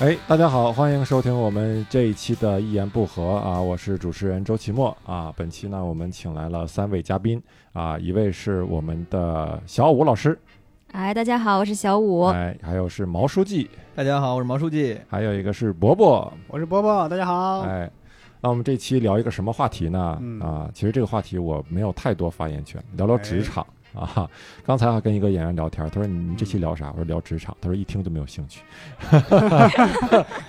哎，大家好，欢迎收听我们这一期的《一言不合》啊，我是主持人周奇墨啊。本期呢，我们请来了三位嘉宾啊，一位是我们的小武老师，哎，大家好，我是小五。哎，还有是毛书记，大家好，我是毛书记，还有一个是伯伯，我是波波，大家好。哎，那我们这期聊一个什么话题呢？嗯啊，其实这个话题我没有太多发言权，聊聊职场、哎啊。刚才还跟一个演员聊天，他说你们这期聊嗯啥？我说聊职场，他说一听就没有 兴趣，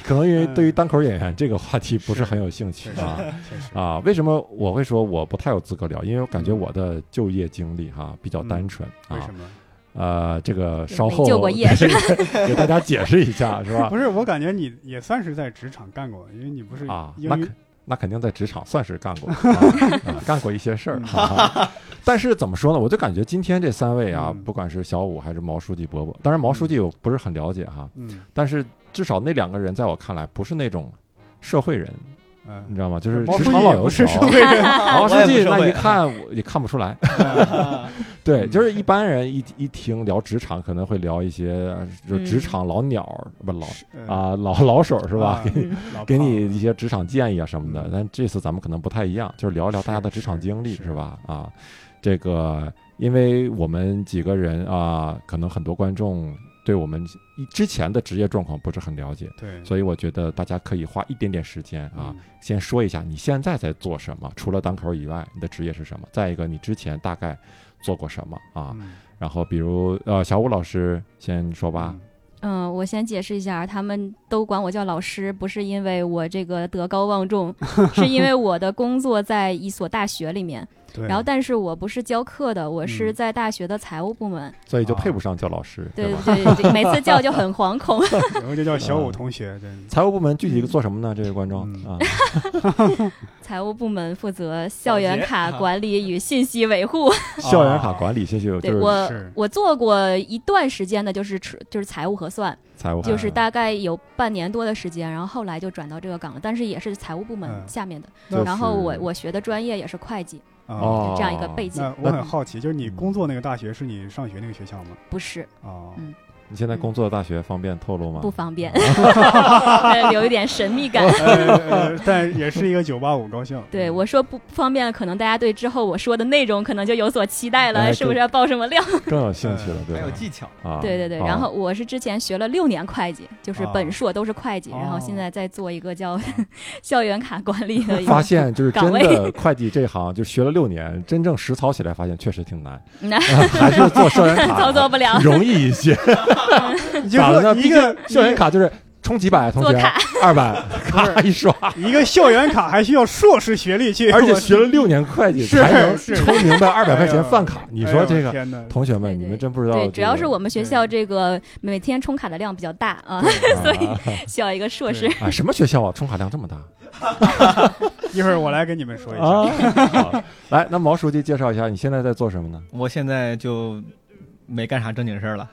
可能因为对于单口演员这个话题不是很有兴趣嗯是啊。确实，啊，为什么我会说我不太有资格聊？因为我感觉我的就业经历哈、比较单纯嗯为啊什。么？呃，这个稍没后就过业是 给大家解释一下，是吧？不是，我感觉你也算是在职场干过，因为你不是啊，英那语肯那肯定在职场算是干 过，啊啊干过一些事儿、嗯啊。 但是怎么说呢？我就感觉今天这三位啊，嗯不管是小五还是毛书记、伯伯，当然毛书记我不是很了解哈、嗯但是至少那两个人在我看来不是那种社会人，你嗯，知道吗？就是毛职书场记老也油不条啊是。社会 人，毛书啊我也不记社那会一看我也看不出来， 嗯对，就是一般人一一听聊职场，可能会聊一些呃就嗯职场老鸟儿，不老啊，啊老老手儿是吧？啊给你嗯老给胖你一子些职场建议啊什么的嗯。但这次咱们可能不太一样，就是聊一聊大家的职场经历是是吧？啊，这个因为我们几个人啊，可能很多观众对我们一之前的职业状况不是很了解，对，所以我觉得大家可以花一点点时间啊，嗯先说一下你现在在做什么，除了单口以外，你的职业是什么？再一个，你之前大概做过什么啊？嗯然后比如呃，小武老师先说吧。嗯，我先解释一下，他们都管我叫老师，不是因为我这个德高望 重，是因为我的工作在一所大学里面。对，然后，但是我不是教课的，我是嗯在大学的财务部门。所以就配不上叫老师，对吧？对 对，每次叫就很惶恐。 然后就叫小武同学，对，财务部门具体做什么呢？这位观众嗯啊，财务部门负责校园卡保洁啊管理与信息维护。 校啊园卡管理，谢谢，对就是我是，我做过一段时间的，就是出就是财务核算，财务就是啊大概有半年多的时间，然后后来就转到这个岗了，但是也是财务部门嗯下面的。就是然后我我学的专业也是会计，啊，哦这样一个背景那我很好奇，就是你工作那个大学是你上学那个学校吗？不是哦，嗯你现在工作的大学方便透露吗？不方便，哦 对留一点神秘感。呃呃但也是一个九八五高校，对我说不不方便，可能大家对之后我说的内容可能就有所期待哎了，是不对是要爆什么料？更有兴趣了，对还有吧？技巧，啊，对对对。好哦然后我是之前学了六年会计，就是啊本硕都是会计，然后现哦在在做一个叫 校园卡管理的一发个。现就是真岗位 的 会计这行，就学了六年，真正实操起来发现确实挺 难，啊那还是做校园操作卡不了，容易一些。 你就咋了说呢？一毕个竟校园卡就是充几百，同做学卡二 百，咔一刷，一个校园卡还需要硕士学历哎去，而且学了六年会计是才能是充明白二百块哎钱呦饭卡，你说这哎呦个天哪，同学们，对你对们真不知道这对，个。主要是我们学对校这个每天充卡的量比较大啊，对所以 需要一个硕士。啊，什么学校啊，充卡量这么大一会儿我来跟你们说一下。啊？好来，那毛书记介绍一下，你现在在做什么呢？我现在就没干啥正经事儿了。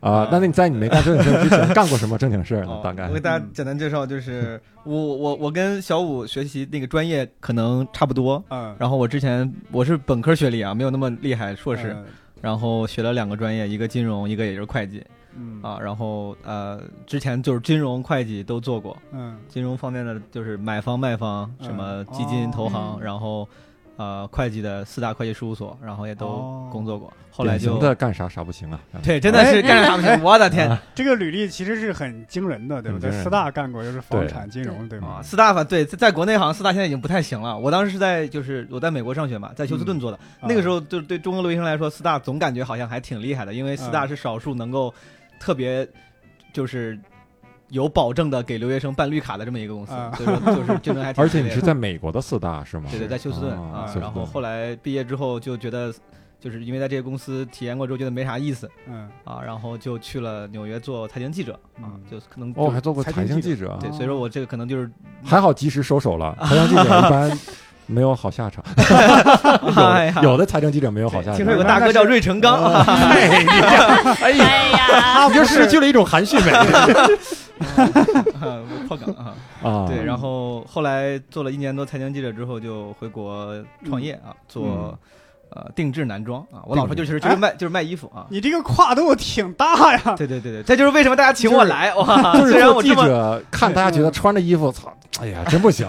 啊，那那你在你没干正经事儿之前干过什么正经事儿呢哦？嗯大概我给大家简单介 绍，就是我我我跟小五学习那个专业可能差不多。嗯，然后我之前我是本科学历啊，没有那么厉害，硕士。嗯然后学了两个专业，一个金融，一个也就是会计嗯啊。然后呃，之前就是金融、会计都做过。嗯金融方面的就是买方、卖方，嗯什么基金、哦投嗯行，然后呃会计的四大会计事务所，然后也都哦工作过。后来典就型的干啥啥不行啊？对，真的是干啥不行，我的天啊这个履历其实是很惊人的，对吧？很惊在人四大干过，就是房对产、金融，对啊！吗？四大吧，对，在在国内好像四大现在已经不太行了。我当时是在就是我在美国上学嘛，在休斯顿做的，嗯那个时候就是对中国留学生来说，四大总感觉好像还挺厉害的，因为四大嗯是少数能够特别就是。有保证的给留学生办绿卡的这么一个公司啊，所以说就是竞争还嗯挺 而且激你烈的是在美国的四大是吗？对对，在休斯顿哦啊休斯。顿然后后来毕业之后就觉得，就是因为在这些公司体验过之后觉得没啥意思嗯，啊，然后就去了纽约做财经记者啊嗯，就可能哦，就还做过财经记者，啊对，所哦以说我这个可能就是还好及时收手了。财经记者一般没有好 下场，哎呀有有的财经记者没有好下场。听说有个大哥叫芮成钢啊， 哎你这哎呀，哎呀，你就失去了一种含蓄美 我破梗 啊，啊。对，然嗯后后来做了一年多财经记者之后就回国创业啊，做呃定制男装啊，我老婆就是就是哎卖就是卖衣服啊。你这个跨度挺大呀，对对对对，这就是为什么大家请我来哇！就是虽然做我记这么者看大家觉得穿着衣服，操，哎呀，真不 行，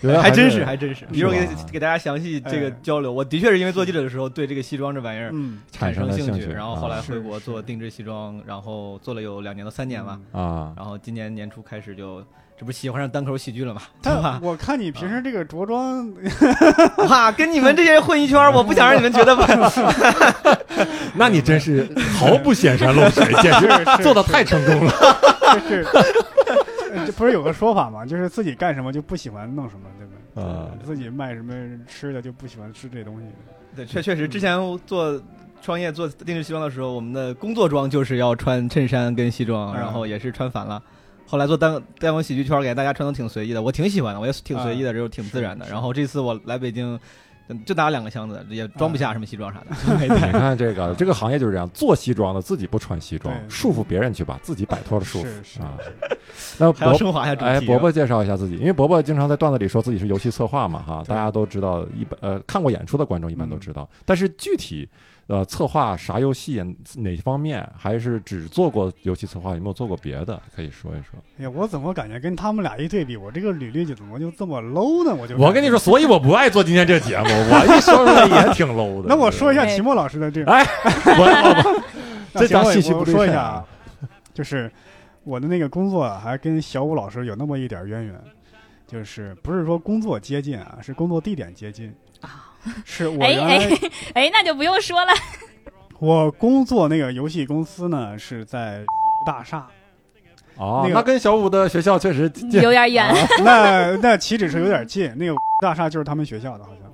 原来还真是是还真是，一会儿是给吧给大家详细这个哎交流。我的确是因为做记者的时候对这个西装这玩意儿嗯，产生生了兴兴趣然后后啊来是回国是嗯做定制西装，然后做了有两年到三年吧，啊，然后今年年初开始就。这不是喜欢上单口喜剧了吗？对吧但？嗯我看你平时这个 着装，哇，跟你们这些人混一圈儿，我不想让你们觉得 吧。那你真是毫不显山露水，简 直 是是做的太成功了。是，呃这不是有个说法吗？就是自己干什么就不喜欢弄什么，对不对？啊自己卖什么吃的就不喜欢吃这东西。对，确确实，之前做创业做定制西装的时候，我们的工作装就是要穿衬衫跟西装，嗯然后也是穿反了。后来做单单口喜剧圈，给大家穿的挺随意的，我挺喜欢的，我也挺随意嗯的，就是挺自然的。然后这次我来北京，嗯就拿了两个箱子，也装嗯不下什么西装啥的，就 没你带。看这个这个行业就是这样，做西装的自己不穿西装，对束缚别人去吧，自己摆脱了束缚是是啊。那还要伯升华一下主题、啊哎，啊伯伯介绍一下自己，因为伯伯经常在段子里说自己是游戏策划嘛，哈，大家都知道，一般呃看过演出的观众一般都知道，嗯但是具体呃策划啥游戏哪方面，还是只做过游戏策划，有没有做过别的，可以说一说。哎呀，我怎么感觉跟他们俩一对比，我这个履历就怎么就这么 low 呢？我就我跟你说，，所以我不爱做今天这 节目，我一说出来也挺 low 的。那我说一下对齐墨老师的这个，哎，我我那这叫行我信息我不对说一称下啊啊，就是我的那个工作啊还跟小武老师有那么一点渊源，就是不是说工作接近啊，是工作地点接近。是我哎原哎来哎，那就不用说了。我工作那个游戏公司呢 是在大厦，啊我哦，那个那跟小五的学校确实近有点远，啊那那岂止是有点近，那个大厦就是他们学校的，好像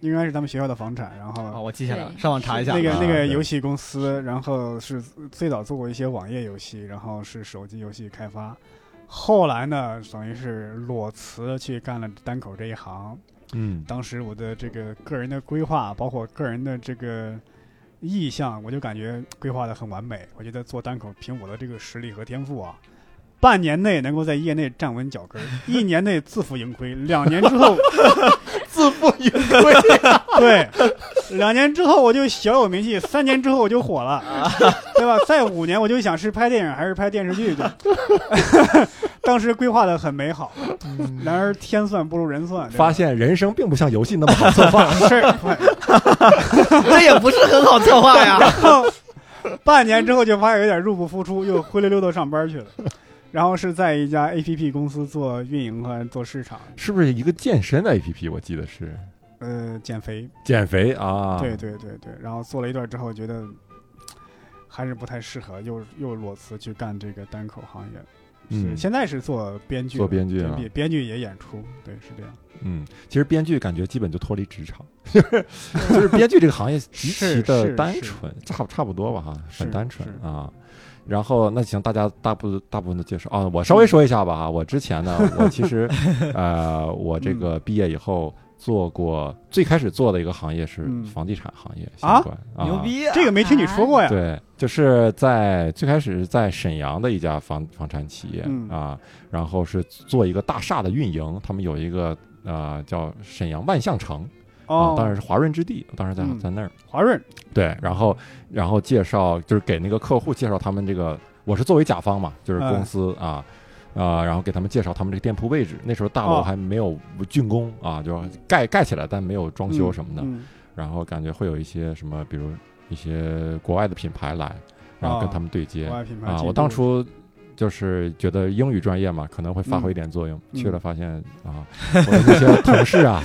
应该是他们学校的房产，然啊，后。我记下来了，对上网查一下。那个啊那个对游戏公司，然后是最早做过一些网页游戏，然后是手机游戏开发，后来呢，等于是裸辞去干了单口这一行。嗯当时我的这个个人的规划，包括个人的这个意向，我就感觉规划的很完美。我觉得做单口，凭我的这个实力和天赋啊，半年内能够在业内站稳脚跟儿，一年内自负盈亏，两年之后， 自负盈亏。 对，两年之后我就小有名气，三年之后我就 火了，对吧？再五年我就想是拍电影还是拍电视剧，就 当时规划的很美好，嗯然而天算不如人算，对吧。发现人生并不像游戏那么好策划 是。对 这也不是很好策划 呀。然后 半年之后就发现有点入不敷出，又灰溜溜的上班去了。然后是在一家 APP 公司做运营和做市场，是不是一个健身的 APP？我记得是呃，减肥。 减肥啊。对对对对。然后做了一段之后，觉得还是不太适合，又又裸辞去干这个单口行业。嗯是现在是做编剧了，做编剧啊编编剧也演出，对，是这样。嗯，其实编剧感觉基本就脱离职场， 就是就是编剧这个行业极其是的是单是纯，差差不多吧哈，很是单纯是啊。然后那行，大家大部大部分的介绍啊，我稍嗯微说一下吧啊，我之前呢，我其 实呃，我嗯这个毕业以后做过，最开始做的一个行业是嗯房地产行业相啊关啊，牛逼、这个没听你说 过呀？对，就是在最开始是在沈阳的一家房房产企业、嗯啊，然后是做一个大厦的运营，他们有一个呃叫沈阳万象城、哦啊，，当然是华润置地，当时在、嗯在那儿华润对，然后然后介绍就是给那个客户介绍他们这个，我是作为甲方嘛，就是哎公司啊。啊、然后给他们介绍他们这个店铺位置。那时候大楼哦还没有竣工、啊，就是盖盖起来，但没有装修什么的。嗯然后感觉会有一些什么，比如一些国外的品牌来，然后跟他们对接嗯国外品牌啊。进我入当初就是觉得英语专业嘛，可能会发挥一点作用，嗯去了发现 啊，我的那些同事啊，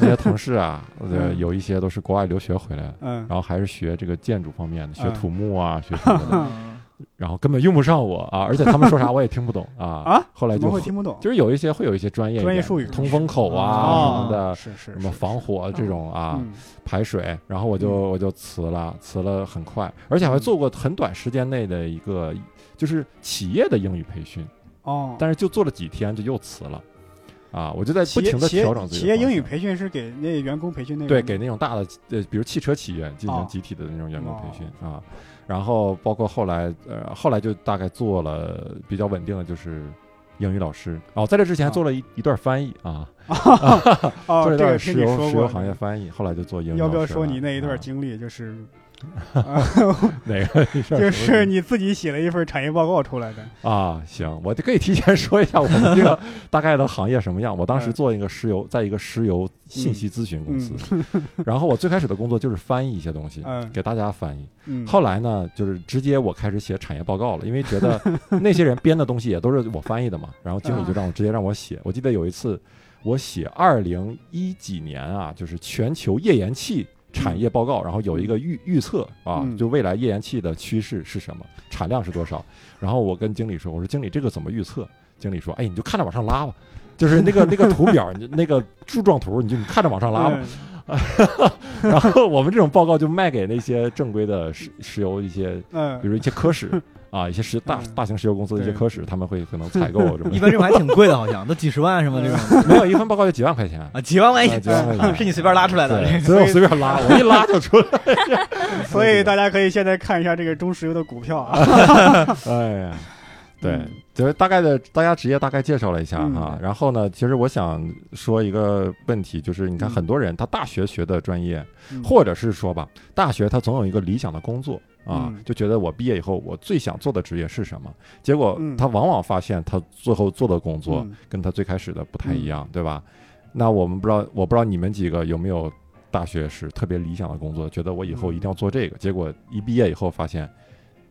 那些同事啊，呃，嗯有一些都是国外留学回来的。嗯然，后还是学这个建筑方面的，学嗯土木啊，学什 么的，嗯然后根本用不上我啊，而且他们说啥我也听不懂啊。啊后来怎么就会听不懂？就是有一些会有一些专业一专业点术语通风口啊什哦么的，是是什么是防火这种啊，嗯排水，然后我就、嗯我就辞了，辞了很快，而且还做过很短时间内的一个就是企业的英语培训，哦，但是就做了几天就又辞了，啊，我就在企不业停的企业调整自己企的业方英语向培训是给那员工培训那个对吗给那种大的呃，比如汽车企业进行哦集体的那种员工培训、啊，呃然后包括后来呃后来就大概做了比较稳定的就是。英语老师。哦，在这之前啊还做了一一段翻译啊，哦做，了一这个段听石你油说石油过。行业翻译，后来就做英语老师要了。不要说你那一段啊经历？就是， 啊哪个？ 就就是你自己写了一份产业报告出来的。啊，行，我就可以提前说一下我们 这个大概的行业什么样。我当时嗯做一个石油，在一个石油信息咨询公司，然后我最开始的工作就是翻译一些东西，嗯给大家翻译。嗯，后来呢，就是直接我开始写产业报告了，因为觉得那些人编的东西也都是我翻译的嘛。然后经嗯理就让我直接让我写。我记得有一次，我写二零一几年啊，就是全球页岩气产业报告，然后有一个预预测啊嗯，就未来页岩气的趋势是什么，产量是多少。然后我跟经理说，我说经理这个怎么预测？经理说，哎，你就看着往上拉吧。就是那个那个图表，你就那个柱状图，你就你看着往上拉吧。嗯然后我们这种报告就卖给那些正规的石石油一些比嗯，如一些科室 啊，一些石大嗯大型石油公司的一些对科室，他们会可能采 购什么一的。般这种还挺贵的，好像都几十万什么这种没有一份报告就几万块钱，啊，几万块啊钱嗯几万块钱是你随便拉出来的对 这所以我随便拉，我一拉就出来。所以大家可以现在看一下这个中石油的股票啊。哎呀， 对嗯，就是大概的，大家职业大概介绍了一下嗯哈。然后呢，其实我想说一个问题，就是你看嗯很多人他大学学的专业，嗯或者是说吧，大学他总有一个理想的工作啊嗯，就觉得我毕业以后我最想做的职业是什么？结果嗯他往往发现他最后做的工作嗯跟他最开始的不嗯太一样，对吧？那我们不知道，我不知道你们几个有没有大学时特别理想的工作，觉得我以嗯后一定要做这个，结果一毕业以后发现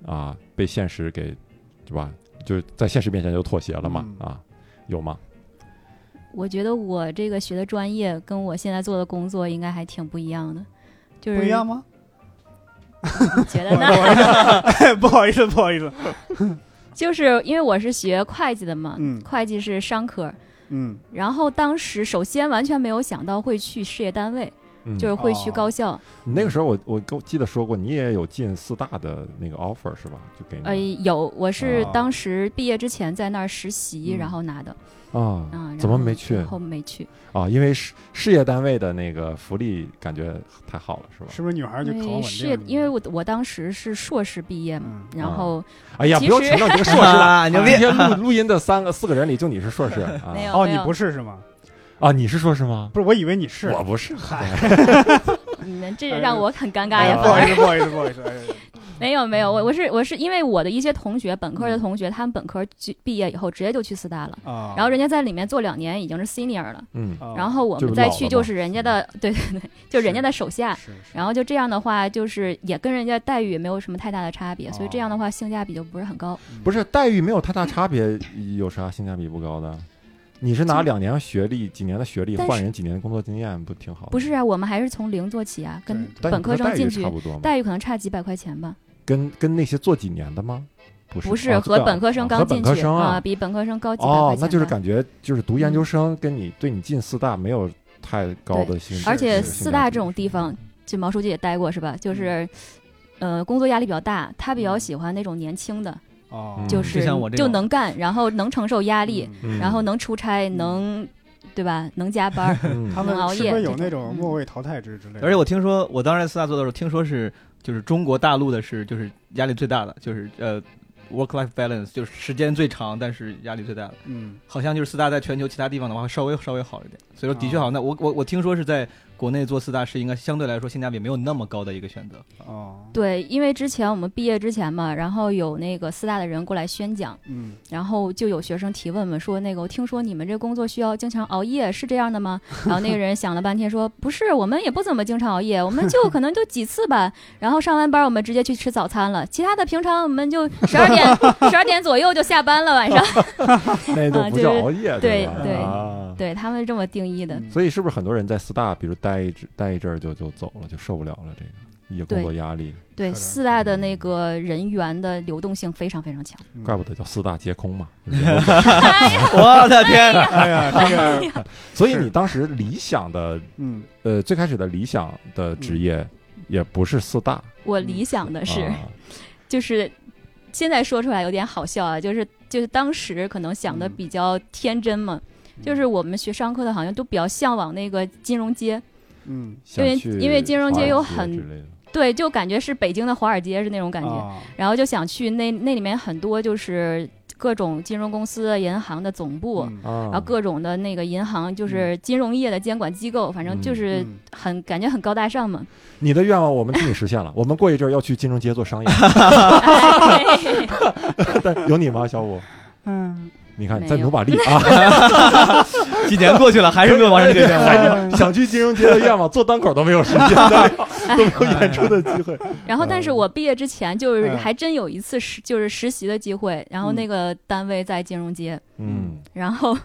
啊，被现实给，对吧？就是在现实面前就妥协了嘛，嗯啊，有吗？我觉得我这个学的专业跟我现在做的工作应该还挺不一样的，就是不一样吗？ 觉得 不那好意思 不好意思，不好意思。 就是因为我是学会计的嘛，嗯会计是商科，嗯，然后当时首先完全没有想到会去事业单位，嗯，就是会哦去高校，你那个时候我我跟我记得说过，你也有进四大的那个 offer 是吧？就给你呃，有我是哦啊当时毕业之前在那儿实习，嗯然后拿的，啊啊，然怎么后没去然后没去，啊？因为事事业单位的那个福利感觉太好了，是吧？是不是女孩儿就考因稳为定事业，因为我我当时是硕士毕业嘛，嗯然啊后哎呀，不其要实强调你这个硕种士了。 啊，牛逼今！天录录音的三个四个人里，就你是硕士啊？没有哦，没你有不是是吗？啊？你是硕士吗？不是，我以为你是。我不是，你们这哎让我很尴尬哎呀，呀， 反不而好意思，不好意思，不好意思。哎呀没有没嗯有，我我是我是因为我的一些同学，本科的同学，他们本科就毕业以后直接就去四大了，啊，然后人家在里面做两年已经是 senior 了，嗯，啊，然后我就们再老了嗯去嘛就是人家的， 对对对，就人家的手下。是是然后就这样的话，就是也跟人家待遇也没有什么太大的差别，啊所以这样的话性价比就不是很高。嗯不是待遇没有太大差别，有啥性价比不高的？你是拿两年学历、几年的学历但是换人几年的工作经验，不挺好的？不是啊，我们还是从零做起啊，跟但对本你科的待生遇进去差不多吗？待遇可能差几百块钱吧，跟跟那些做几年的吗？不是，不是啊和对啊本科生啊刚和进本科去生啊，啊，比本科生高几百块哦钱，吧。那就是感觉就是读研究生跟你对你进四大没有太高的兴趣，而且是四大这种地方，就毛书记也待过是吧？就是，呃，工作压力比较大，他比较喜欢那种年轻的，哦嗯，就就是像我这就种能干，然后能承受压力，嗯嗯，然后能出差，能对吧？能加班儿 嗯他能熬们是夜不是有这那种嗯种末位淘汰制之类的？而且我听说，我当时在四大做的时候，听说是就是中国大陆的是就是压力最大的，就是呃 work life balance 就是时间最长，但是压力最大的。嗯，好像就是四大在全球其他地方的话稍微稍微好一点，所以说的确哦好。那我我我听说是在国内做四大是应该相对来说性价比没有那么高的一个选择。哦，对，因为之前我们毕业之前嘛，然后有那个四大的人过来宣讲，嗯，然后就有学生提问嘛，说那个我听说你们这工作需要经常熬夜，是这样的吗？ 然后那个人想了半天说，不是，我们也不怎么经常熬夜，我们就可能就几次 吧。然后上完班我们直接去吃早餐了，其他的平常我们 就十二点十二点左右就下班了，晚上。那就不叫熬夜，对吧？对啊对他们是这么定义的。嗯所以是不是很多人在四大，比如待一阵待一阵儿就就走了，就受不了了这个也工作压力，对，是的四大的那个人员的流动性非常非 常强。哎嗯怪不得叫四大皆空嘛。 我的天哪！哎呀，这个，所以你当时理想的嗯，呃最开始的理想的嗯职业也不是四大，我理想的是，啊就是现在说出来有点好笑啊，就是就是当时可能想的比较天真嘛，就是我们学商科的好像都比较向往那个金融街，嗯，想因为去因为金融街有华尔街很之类的对，就感觉是北京的华尔街是那种感觉，啊然后就想去那那里面很多就是各种金融公司、啊银行的总部，嗯啊然后各种的那个银行，就是金融业的监管机构，反正就是嗯很、感觉很高大上 嘛。你的愿望我们替你实现了，我们过一阵儿要去金融街做 商业，哎但有你吗，小五？嗯，你看，你没再有努把 力啊！几年过去了，还是没有完成这 个愿 望。还嗯是想去金融街的愿望，做单口都没有 时间，都没有演出的机会。然后，但是我毕业之前就是嗯还真有一次实就是实习的机会，然后那个单位在金融街，嗯然后，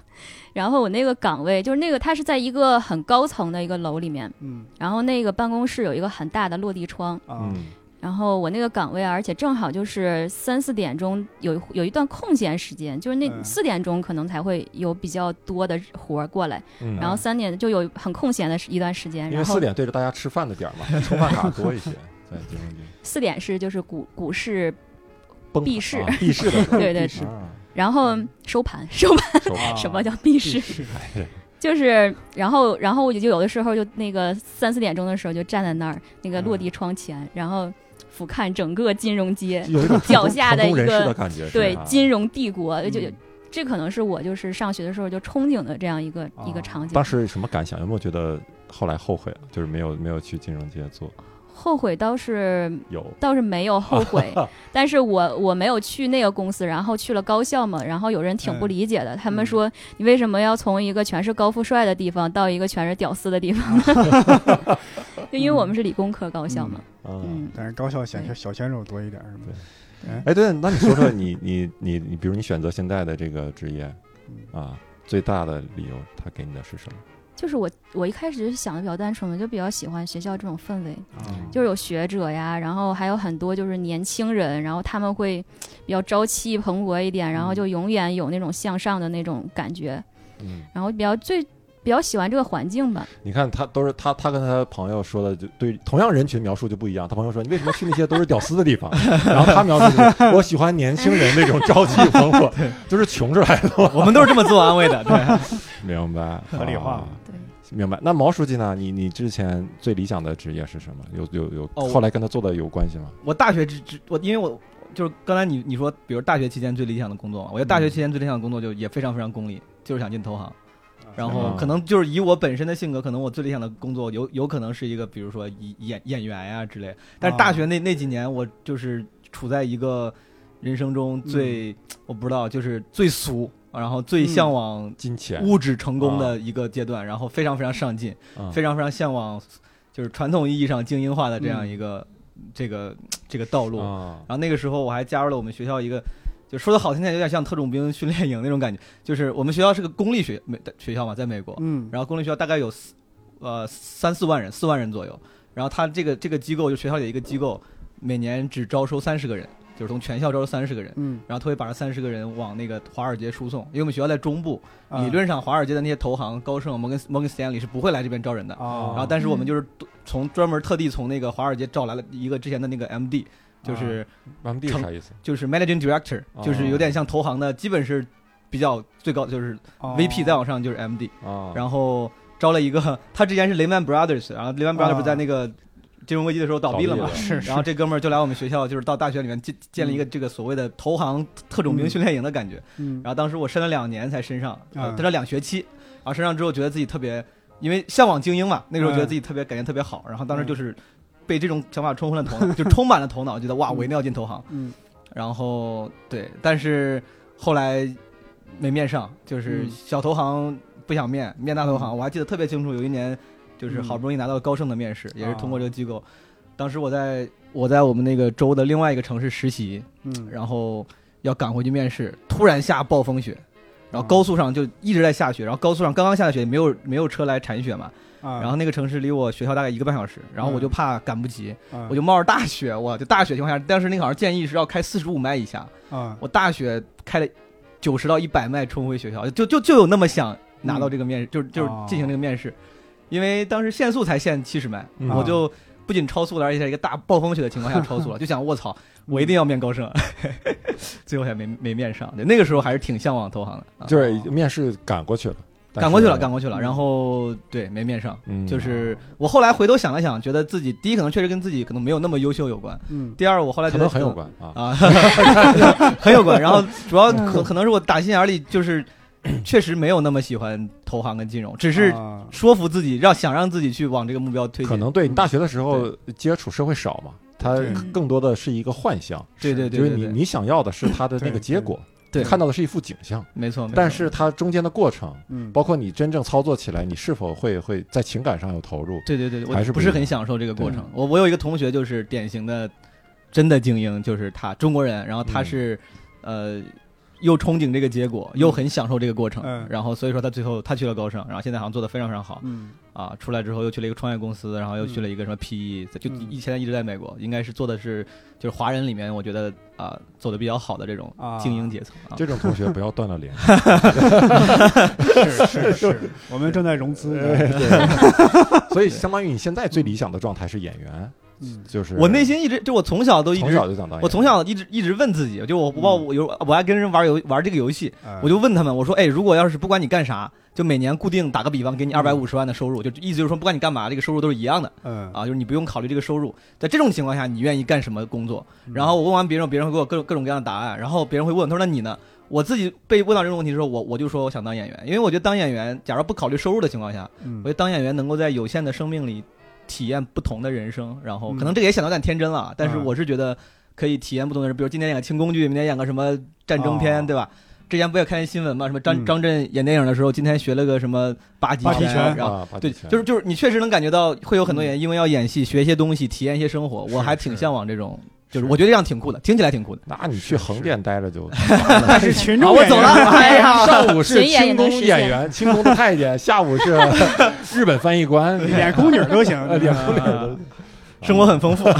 然后我那个岗位就是那个它是在一个很高层的一个楼里面，嗯然后那个办公室有一个很大的落地窗，啊嗯然后我那个岗位啊，而且正好就是三四点钟有一有一段空闲时间，就是那嗯四点钟可能才会有比较多的活儿过来，嗯， 然后三点就有很空闲的一段时间，因然为后四点对着大家吃饭的点儿嘛，充饭卡多一 些，在金 融街四点是就是股股市，崩闭市啊闭市的时候，对 对闭市啊 然后收盘收盘，手把啊什么叫闭市？是就是，然后，然后我就有的时候就那个三四点钟的时候就站在那儿，那个落地窗前，然后俯瞰整个金融街， 有一种成功脚下的成功人一个士的感觉，对是吧啊金融帝国，呃就嗯这可能是我就是上学的时候就憧憬的这样一个、一哦个场景。啊当时什么感想？有没有觉得后来后悔了？就是没有没有去金融街做？后悔倒是有倒是没有后 悔，但是我我没有去那个公司，然后去了高校嘛，然后有人哎挺不嗯理解的，他们嗯说你为什么要从一个全是高富帅的地方到一个全是屌丝的地方呢？ 就因为我们是理工科高校嘛，啊。嗯但是高校小小鲜肉多一点是吗？哎，对，那你说说你你你你，比如你选择现在的这个职业啊，最大的理由他给你的是什么？就是我，我一开始想的比较单纯嘛，就比较喜欢学校这种氛围，嗯啊就是有学者呀，然后还有很多就是年轻人，然后他们会比较朝气蓬勃一点，然后就永远有那种向上的那种感觉，嗯，然后比较最比较喜欢这个环境吧。你看他都是他他跟他朋友说的，就对同样人群描述就不一样。他朋友说你为什么去那些都是屌丝的地 方？然后他描述就是我喜欢年轻人那种朝气蓬 勃，就是穷着来的。我们都是这么自我安慰的， 对，明白，合理化啊对，明白。那毛书记呢？你你之前最理想的职业是什么？有有有，哦后来跟他做的有关系吗？我大学之之我，因为我就是刚才你你说，比如大学期间最理想的工作嘛，我觉得大学期间最理想的工作就也非常非常功利，就是想进投行。然后啊可能就是以我本身的性格，可能我最理想的工作有有可能是一个，比如说演演演员呀、之类。但是大学那那几年，我就是处在一个人生中最、我不知道，就是最俗，然后最向往金钱物质成功的一个阶段，然后非常非常上进，啊非常非常向往，就是传统意义上精英化的这样一个、这个这个道路。啊然后那个时候我还加入了我们学校一个，就说的好听点，有点像特种兵训练营那种感觉。就是我们学校是个公立学美学校嘛，在美国，嗯，然后公立学校大概有四呃三四万人，四万人左右。然后他这个这个机构就学校有一个机构，每年只招收三十个人，就是从全校招收三十个人。嗯，然后他会把这三十个人往那个华尔街输送，因为我们学校在中部，啊理论上华尔街的那些投行、高盛、摩根摩根斯坦利是不会来这边招人的。啊，然后，但是我们就是从专门特地从那个华尔街招来了一个之前的那个 MD，就是，M D 是啥意思？就是 managing director，哦就是有点像投行的，基本是比较最高，就是哦 VP 再往上就是 MD，啊，然后招了一个，他之前是雷曼 Brothers，然后雷曼 Brothers 啊不是在那个金融危机的时候倒闭了嘛倒闭，是然后这哥们儿就来我们学校，就是到大学里面建建立一个这个所谓的投行特种兵训练营的感觉，嗯然后当时我申了两年才申上，呃，嗯申了两学期，然后申上之后觉得自己特别，因为向往精英嘛，那个时候觉得嗯自己特别感觉特别好，然后当时嗯就是被这种想法冲昏了头脑，就充满了头脑，觉得哇，嗯我一定要进投行。嗯然后对，但是后来没面上，就是嗯小投行不想面，面大投行。我还记得特别清楚，有一年就是嗯好不容易拿到高盛的面试，也是通过啊这个机构。当时我在我在我们那个州的另外一个城市实习，嗯，然后要赶回去面试，突然下暴风雪，然后啊高速上就一直在下雪，然后高速上刚刚下雪，没有没有车来铲雪嘛，啊然后那个城市离我学校大概一个半小时，然后我就嗯怕赶不及，啊我就冒着大雪，我就大雪情况下，当时那个好像建议是要开四十五迈以下，啊我大雪开了九十到一百迈冲回学校，就就就有那么想拿到这个面试，就是哦就是进行这个面试，因为当时限速才限七十迈，嗯我就。不仅超速了，而且在一个大暴风雪的情况下超速 了，就想卧槽，嗯我一定要面高 盛，最后还没没面上。对，那个时候还是挺向往投行的，啊就是面试赶过去了，但赶过去了，是赶过去了。然后对，没面上。嗯，就是我后来回头想了想，觉得自己第一可能确实跟自己可能没有那么优秀有关，嗯，第二我后来可觉得能很有关啊，啊， 很有关。然后主要可嗯可能是我打心眼里就是确实没有那么喜欢投行跟金融，只是啊说服自己让想让自己去往这个目标推进。可能对你大学的时候接触社会少嘛，它对更多的是一个幻想，对对就是对对你对，你想要的是它的那个对结果，对看到的是一幅景象，没错。没错但是它中间的过程，嗯，包括你真正操作起来，你是否会会在情感上有投入，对对对，我还是不不是一很样享受这个过对程。我我有一个同学就是典型的真的精英，就是他中国人，然后他嗯是、呃又憧憬这个结果，又很享受这个过程，嗯然后所以说他最后他去了高盛，然后现在好像做的非常非常好嗯啊，出来之后又去了一个创业公司，然后又去嗯了一个什么 PE，、就嗯以前一直在美国，应该是做的是就是华人里面我觉得啊走的比较好的这种啊精英阶层 啊。这种同学不要断了 联系。是是是，我们正在融资呢，对，所以相当于你现在最理想的状态是演员，嗯就是嗯我内心一直就我从小都一从直小就想当演员，我从小一直一直问自己，就我我嗯我有我还跟人玩游玩这个游戏，嗯啊我就问他们，我说，哎，如果要是不管你干啥，就每年固定打个比方，给你二嗯百五十万的收入，就意思就是说，不管你干嘛，这个收入都是一样的嗯，啊，就是你不用考虑这个收入。在这种情况下，你愿意干什么工作？嗯然后我问完别人，别人会给我各种各种各样的答案，然后别人会问，他说那你呢？我自己被问到这种问题的时候，我我就说我想当演员，因为我觉得当演员，假如不考虑收入的情况下，嗯我觉得当演员能够在有限的生命里体验不同的人生，然后嗯可能这个也显得有点天真了，但是嗯我是觉得可以体验不同的人，比如今天演个轻工剧，明天演个什么战争片，哦对吧？之前不也看见新闻嘛，什么张、嗯张震演电影的时候，今天学了个什么八极八极拳然后。啊，八对极，拳就是就是，你确实能感觉到会有很多演员因为要演戏学一些东西，体验一些生活。我还挺向往这种，就是我觉得这样挺酷的，听起来挺酷的。那你去横店待着就。但是群好，众我演走了，员 哎呀，上午是巡演也清能宫实现演员，清宫的太监；下午 是日本翻译官，演宫女儿都 行，呃脸哭脸的。生活很丰富，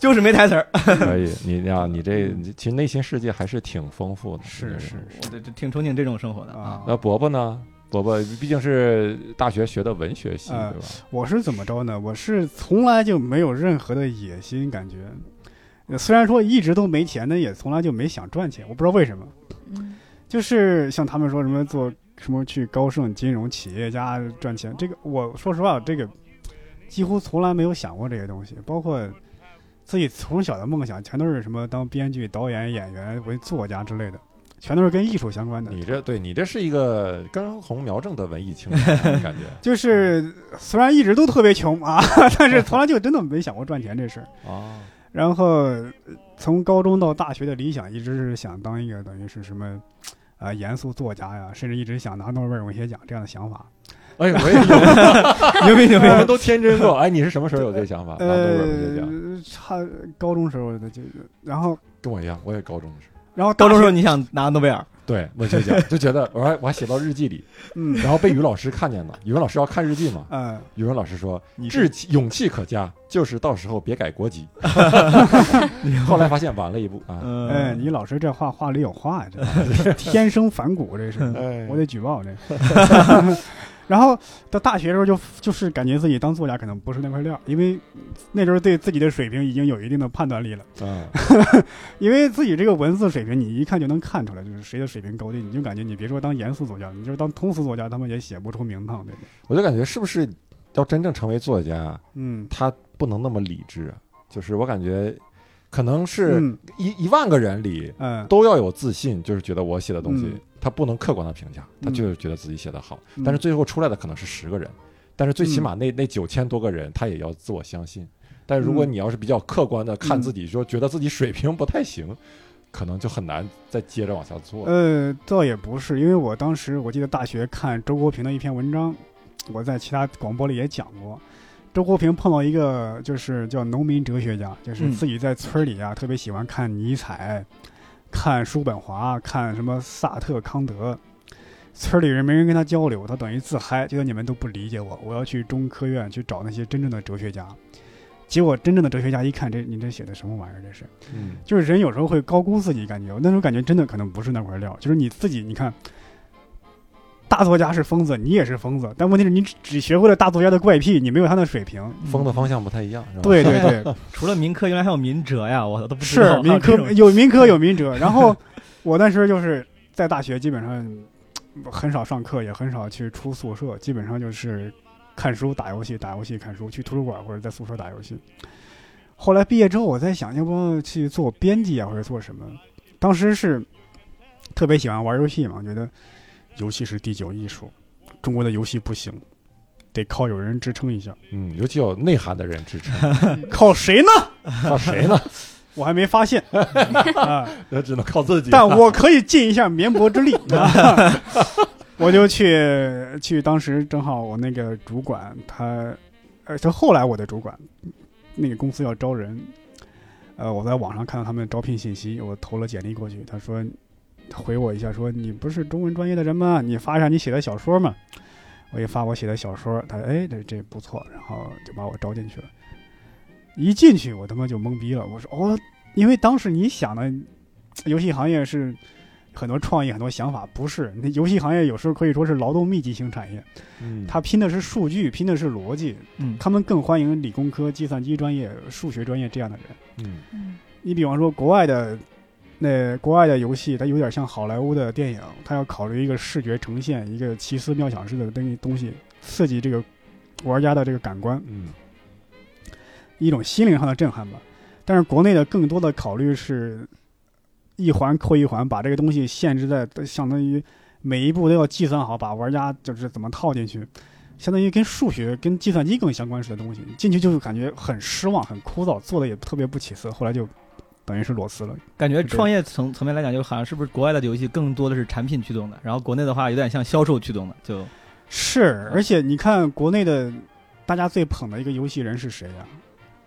就是没台词儿。可以，你呀，你这你其实内心世界还是挺丰富的。嗯是是我 这这挺憧憬这种生活的啊啊。那伯伯呢？伯伯毕竟是大学学的文学系，嗯对吧？我是怎么着呢？我是从来就没有任何的野心，感觉呃虽然说一直都没钱，但也从来就没想赚钱。我不知道为什么，嗯就是像他们说什么做什么去高盛金融企业家赚钱，这个我说实话，这个几乎从来没有想过这些东西，包括自己从小的梦想，全都是什么当编剧、导演、演员、为作家之类的，全都是跟艺术相关的。你这对你这是一个根红苗正的文艺 青年，感觉就是虽然一直都特别穷啊，但是从来就真的没想过赚钱这事儿。啊，然后呃从高中到大学的理想一直是想当一个等于是什么，呃，严肃作家呀，甚至一直想拿诺贝尔文学奖这样的想法。 哎，我也有， 牛逼牛我们都天真过。哎，你是什么时候有这想法？拿诺贝尔文学奖，呃，差高中时候的就，然后跟我一样，我也高中的时候，然后高中时时候候，你想拿诺贝尔，对文学奖就觉得我还我还写到日记里，嗯然后被语文老师看见了。语文老师要看日记嘛，呃，语文老师说你志气勇气可嘉，就是到时候别改国 籍。后来发现晚了一步啊，嗯哎，你老师这话话里有话呀，这 天生反骨这是，哎嗯我得举报这。 然后到大学的时候就就是感觉自己当作家可能不是那块料，因为那时候对自己的水平已经有一定的判断力了。嗯，因为自己这个文字水平，你一看就能看出来，就是谁的水平高低，你就感觉你别说当严肃作家，你就是当通俗作家，他们也写不出名堂，对吧？我就感觉是不是要真正成为作家，嗯，他不能那么理智啊，就是我感觉可能是嗯一一万个人里。嗯，都要有自信，就是觉得我写的东西嗯，他不能客观的评价，他就是觉得自己写的好。嗯但是最后出来的可能是十个人，但是最起码那那九千多个人，他也要自我相信。但如果嗯你要是比较客观的看嗯自己，说觉得自己水平不太行，可能就很难再接着往下做。呃，倒也不是，因为我当时我记得大学看周国平的一篇文章，我在其他广播里也讲过。周国平碰到一个就是叫农民哲学家，就是嗯自己在村里啊，特别喜欢看尼采、看叔本华、看什么萨特、康德。村里人没人跟他交流，他等于自嗨，觉得你们都不理解我，我要去中科院去找那些真正的哲学家。结果真正的哲学家一看，这你这写的什么玩意儿？这是。嗯，就是人有时候会高估自己，感觉我那种感觉真的可能不是那块料，就是你自己，你看。大作家是疯子，你也是疯子，但问题是你只只学会了大作家的怪癖，你没有他的水平。风的方向不太一样，是吧？嗯对对对，嗯除了民科，原来还有民哲呀，我都不知道啊是民还有这科种嗯有民科有民哲。然后我那时候就是在大学，基本上很少上课，也很少去出宿舍，基本上就是看书、打游戏、打游戏、看书，去图书馆或者在宿舍打游戏。后来毕业之后，我在想，要不去做编辑啊，或者做什么？当时是特别喜欢玩游戏嘛，觉得游戏是第九艺术，中国的游戏不行，得靠有人支撑一下。嗯，尤其有内涵的人支持，靠谁呢？靠谁 呢？我还没 发现啊，那只能靠自己。但我可以尽一下绵薄之力。 啊我就去去，当时正好我那个主管他，呃，就后来我的主管，那个公司要招人，呃，我在网上看到他们的招聘信息，我投了简历过去，他说回我一下说你不是中文专业的人吗？你发一下你写的小说嘛。我一发我写的小说，他说哎这这不错，然后就把我招进去了。一进去我他妈就懵逼了，我说哦，因为当时你想的游戏行业是很多创意、很多想法，不是那游戏行业有时候可以说是劳动密集型产业，嗯它拼的是数据，拼的是逻辑，嗯，他们更欢迎理工科、计算机专业、数学专业这样的人。嗯嗯你比方说国外的那国外的游戏，它有点像好莱坞的电影，它要考虑一个视觉呈现，一个奇思妙想式的东东西，刺激这个玩家的这个感官，嗯一种心灵上的震撼吧。但是国内的更多的考虑是一环扣一环，把这个东西限制在相当于每一步都要计算好，把玩家就是怎么套进去。相当于跟数学、跟计算机更相关似的东西，进去就是感觉很失望、很枯燥，做的也特别不起色。后来就等于是裸辞了。感觉对，创业层层面来讲，就好像是不是国外的游戏更多的是产品驱动的，然后国内的话有点像销售驱动的，就是而且你看国内的大家最捧的一个游戏人是谁呀、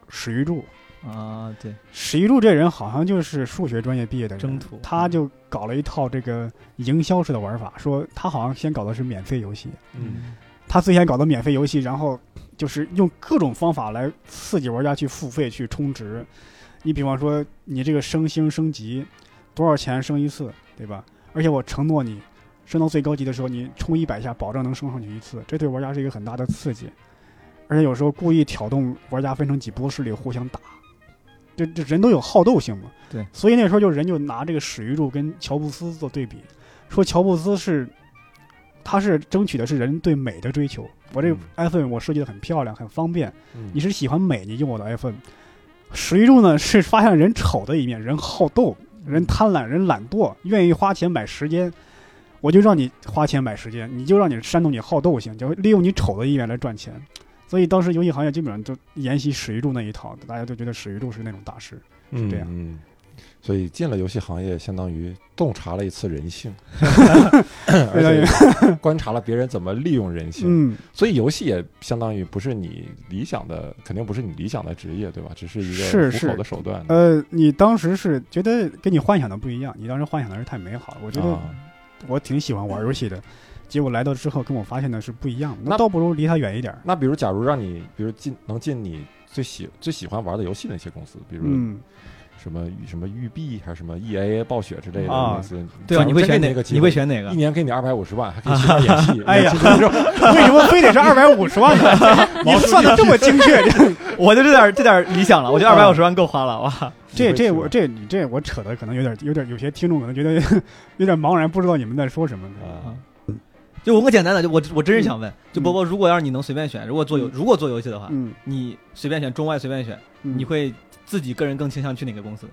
史玉柱。啊，对，史玉柱这人好像就是数学专业毕业的人，征途嗯他就搞了一套这个营销式的玩法，说他好像先搞的是免费游戏，嗯，他最先搞的免费游戏，然后就是用各种方法来刺激玩家去付费去充值。你比方说，你这个升星升级多少钱升一次，对吧？而且我承诺你，升到最高级的时候，你充一百下，保证能升上去一次，这对玩家是一个很大的刺激。而且有时候故意挑动玩家分成几波势力互相打，这这人都有好斗性嘛。对，所以那时候就人就拿这个史玉柱跟乔布斯做对比，说乔布斯是他是争取的是人对美的追求。我这个嗯 iPhone 我设计的很漂亮，很方便。嗯你是喜欢美，你用我的 iPhone。史玉柱呢是发现人丑的一面，人好斗，人贪婪，人懒惰，愿意花钱买时间。我就让你花钱买时间，你就让你煽动你好斗性，就利用你丑的一面来赚钱。所以当时游戏行业基本上就沿袭史玉柱那一套，大家都觉得史玉柱是那种大师。嗯这样嗯，所以进了游戏行业，相当于洞察了一次人 性，而且 观察了别人怎么利用人性。嗯，所以游戏也相当于不是你理想的，肯定不是你理想的职业，对吧？只是一个糊是口是的手段。啊呃，你当时是觉得跟你幻想的不一样，你当时幻想的是太美好了。我觉得啊我挺喜欢玩游戏的，结果来到之后跟我发现的是不一样的。那那倒不如离他远一点儿。那比如，假如让你，比如进能进你最喜最喜欢玩的游戏的一些公司，比如嗯，啊什么、什么育碧还是什么 EA 暴雪之类的啊公司，对假如吧？你会真给选你哪一个机你会会选哪一个？年给你二百五十万，还可以 去那演戏，哎呀演戏就是这种为什么非得是二百五十万呢？你算的这么精确，我就这点这点理想了，我觉得二百五十万够花了，哇！这这这你我会去这你这我扯的可能有点有点有些听众可能觉得 有点茫然，不知道你们在说什么。吗啊，就我个简单的，就我我真是想问，就波波，如果要是你能随便选，如果做游嗯如果做游戏的话，嗯，你随便选中外随便选，嗯你会自己个人更倾向去哪个公司？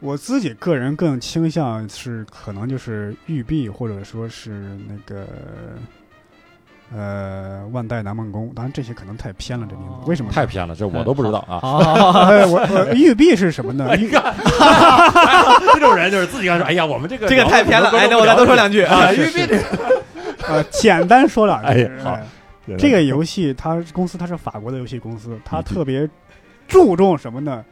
我自己个人更倾向是可能就是育碧或者说是那个呃万代南梦宫，当然这些可能太偏了，这名字哦为什么呢太？偏了，这我都不知道 啊。啊，哎，我我育碧是什么 呢？育哎这种人就是自己敢说，哎呀，我们这个 这个太偏了，哎，那我再多说两句啊，育碧这呃，简单说两句。哎好哎个这个游戏它公司它是法国的游戏公司，它嗯特别注重什么呢？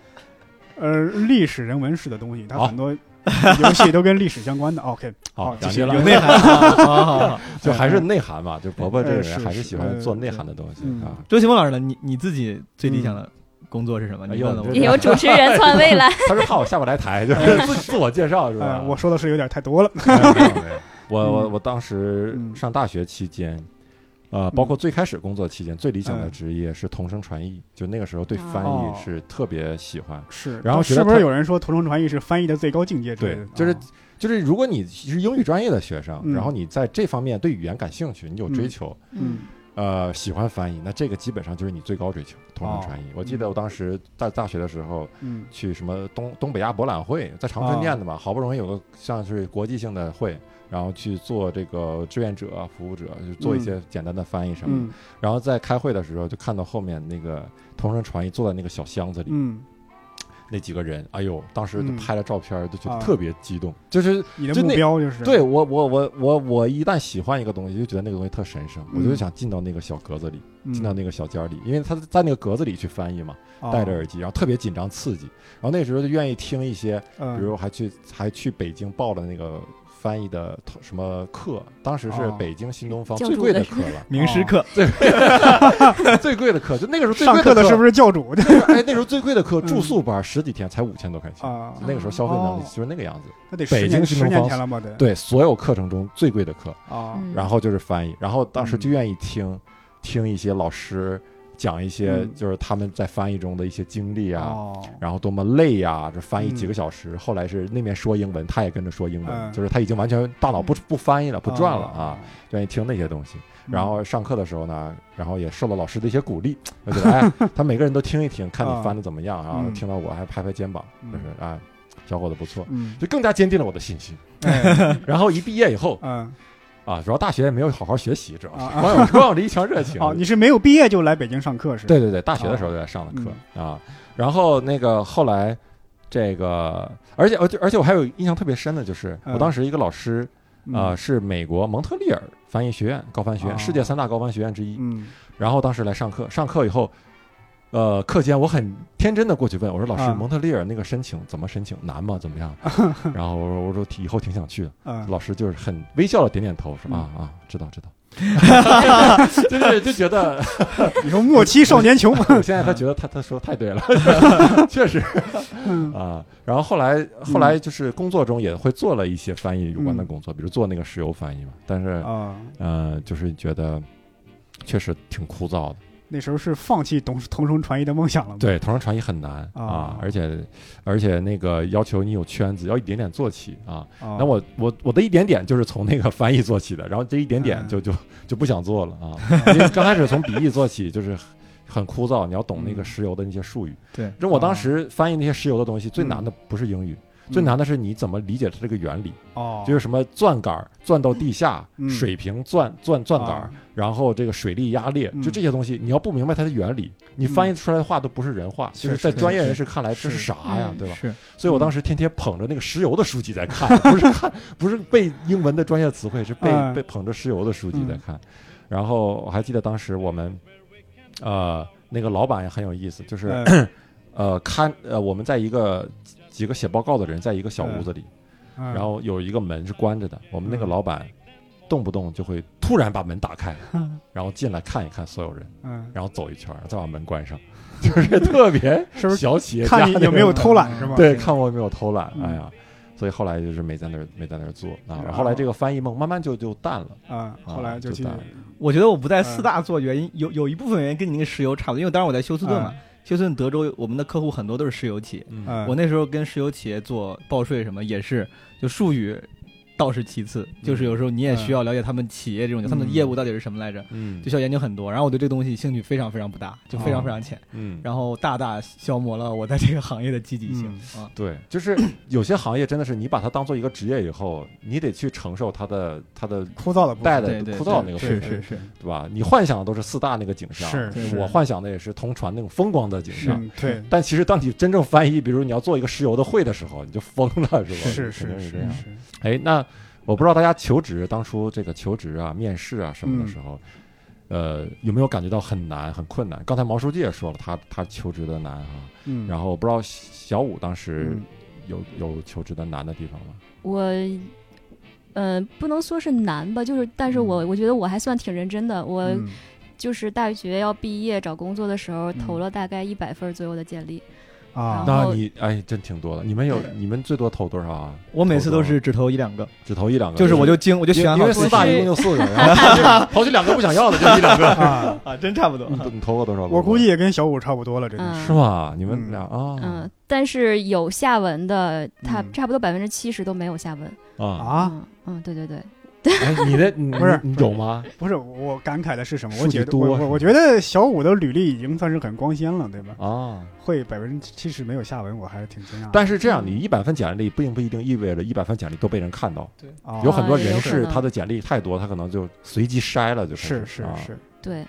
呃，历史人文式的东西，它好很多游戏都跟历史相关的。OK， 好，继讲续究有了，内涵啊好好好。就还是内涵嘛，就伯伯这个哎是人还是喜欢是做内涵的东西嗯啊。周奇墨老师呢？你你自己最理想的工作是什么？哎你呦问了我你这也有主持人篡未 来，他是怕我下不来台，哎就是 自自我介绍是吧呃，？我说的是有点太多了。 没有没有没有我我嗯我当时上大学期间，呃，包括最开始工作期间，最理想的嗯职业是同声传译，就那个时候对翻哦译是特别喜欢。是，然后觉得是不他是有人说同声传译是翻译的最高境界之类的？对就是啊就是如果你是英语专业的学生，嗯然后你在这方面对语言感兴趣，你有追求，嗯呃，喜欢翻译，那这个基本上就是你最高追求，同声传译。我记得我当时在大学的时候嗯去什么东东北亚博览会，在长春哦念的嘛，好不容易有个像是国际性的会，然后去做这个志愿者、啊服务者，就做一些简单的翻译什么的。嗯然后在开会的时候，就看到后面那个同声传译坐在那个小箱子里，嗯，那几个人，哎呦，当时都嗯拍了照片，都觉啊得特别激动，就是你的就目那标就是对我，我我我我一旦喜欢一个东西，就觉得那个东西特神圣，嗯我就想进到那个小格子里，进到那个小间儿里，因为他在那个格子里去翻译嘛，个戴着耳机，然后特别紧张刺激，然后那时候就愿意听一些，嗯比如还去还去北京报了那个翻译的什么课，当时是哦北京新东方教最主贵的的课 了，名师哦课， 最贵的课就那个时候最上贵课的课是不是教主？哎， 那时候最贵的课嗯住宿班十几天才五千多块钱，啊，那个时候消费能力哦就是那个样子。那得北十京年新十东年方前了嘛得对，所有课程中最贵的课，啊嗯然后就是翻译，然后当时就嗯愿意听，听一些老师讲一些嗯就是他们在翻译中的一些经历啊，哦然后多么累呀、这翻译几嗯个小时，后来是那边说英文，他也跟着说英文，嗯就是他已经完全大脑不不翻译了，不转了啊，哦，愿意听那些东西。嗯然后上课的时候呢，然后也受了老师的一些鼓励，我 觉得哎，他每个人都听一听，看啊你翻的怎么样啊，嗯听到我还拍拍肩膀，嗯就是啊，小伙子不错，嗯就更加坚定了我的信心。哎然后一毕业以后嗯啊，主要大学也没有好好学习，主要啊是啊光有光有这一腔热 情。哦，你是没有毕业就来北京上课是吧？对对对，大学的时候就在上的哦课、嗯啊，然后那个后来这个，而且而且而且我还有印象特别深的就是，嗯我当时一个老师嗯啊、呃是美国蒙特利尔翻译学院高翻学院、哦世界三大高翻学院之一，嗯然后当时来上课，上课以后，呃，课间我很天真的过去问我说：“老师，啊蒙特利尔那个申请怎么申请？难吗？怎么 样？”然后我说：“我说以后挺想去的。”嗯老师就是很微笑的点点头，说：“嗯啊啊，知道知道。” 就是就觉得，你说末期少年 穷，我现在他觉得他他说得太对了， 确实嗯啊。然后后来后来就是工作中也会做了一些翻译有关的工作，比如做那个石油翻译嘛。但是嗯啊，呃，就是觉得确实挺枯燥的。那时候是放弃同同声传译的梦想了吗？对，同声传译很难啊啊，而且而且那个要求你有圈子，要一点点做起啊。哦，那我我我的一点点就是从那个翻译做起的，然后这一点点嗯就就就不想做了啊。 因为刚开始从笔译做起就是很很枯燥，你要懂那个嗯石油的那些术语。对，就我哦当时翻译那些石油的东西，最嗯难的不是英语。最嗯难的是你怎么理解它这个原理，哦，就是什么钻杆儿钻到地下，嗯水平钻钻钻杆儿啊，然后这个水力压裂，就嗯这些东西，你要不明白它的原理，你翻译出来的话都不是人话，是就是在是专业是人士看来这是是啥呀嗯，对吧？是所以我当时天天捧着那个石油的书籍在看， 不是看，不是背英文的专业词汇，是背嗯背捧着石油的书籍在看。然后我还记得当时我们，呃，那个老板也很有意思，就是 嗯呃看呃我们在一个几几个写报告的人在一个小屋子里，嗯然后有一个门是关着的，我们那个嗯老板动不动就会突然把门打开，嗯然后进来看一看所有人， 嗯，然后走一圈儿，再把门 关上，就是特别是不是小企业家嗯看你有没有偷懒是吗？对，看我有没有偷懒，嗯哎呀，所以后来就是没在那儿没在那儿做啊。然后后来这个翻译梦慢慢就就淡了，啊，后来就就去嗯淡了我觉得我不在四大做原因有有一部分原因跟你那个石油差不多，因为当时我在休斯顿嘛，休斯顿德州我们的客户很多都是石油企业，嗯嗯，我那时候跟石油企业做报税什么也是，就术语倒是其次，就是有时候你也需要了解他们企业这种、他们的业务到底是什么来着，嗯就需要研究很多。然后我对这个东西兴趣非常非常不大，就非常非常浅，嗯，然后大大消磨了我在这个行业的积极性啊。对，就是有些行业真的是你把它当做一个职业以后，你得去承受它的它的枯燥的部分带对的对枯燥那个部是分，是是，对吧？你幻想的都是四大那个景象，是对是我幻想的也是同船那种风光的景象。嗯对，但其实，当你真正翻译，比如你要做一个石油的会的时候，你就疯 了，是吧？是肯定是这是是样。是，哎，那我不知道大家求职当初这个求职啊、面试啊什么嗯的时候，呃，有没有感觉到很难、很困难？刚才毛书记也说了，他他求职的难啊。嗯，然后后我不知道小五当时嗯有、有求职的难的地方吗？我，呃，不能说是难吧，就是，但是我我觉得我还算挺认真的。我嗯就是大学要毕业找工作的时候，嗯投了大概一百份左右的简历，啊然后那你哎，真挺多的。你们有你们最多投多少啊？我每次都是只投一两个，只投一两个，就是我就精，我就因选为因好为自四己大一共就四个，然后 投去两个不想要的，就一两 个。 啊！啊，真差不多。你你投过多少个？我估计也跟小五差不多了，真的嗯是吗？你们嗯俩啊嗯，但是有下文的，他嗯差不多百分之七十都没有下文。是啊！啊！嗯，嗯，对对对，哎，你 的你不是你不是有吗？不是我感慨的是什么？数我据觉得多我是吗我我觉得小五的履历已经算是很光鲜了，对吧？啊，会百分之七十没有下文，我还是挺惊讶的。但是这样，你一百分简历并不一定意味着一百分简历都被人看到，啊有很多啊也有人可是能他的简历太多，他可能就随机筛了，就开始是是啊是，对，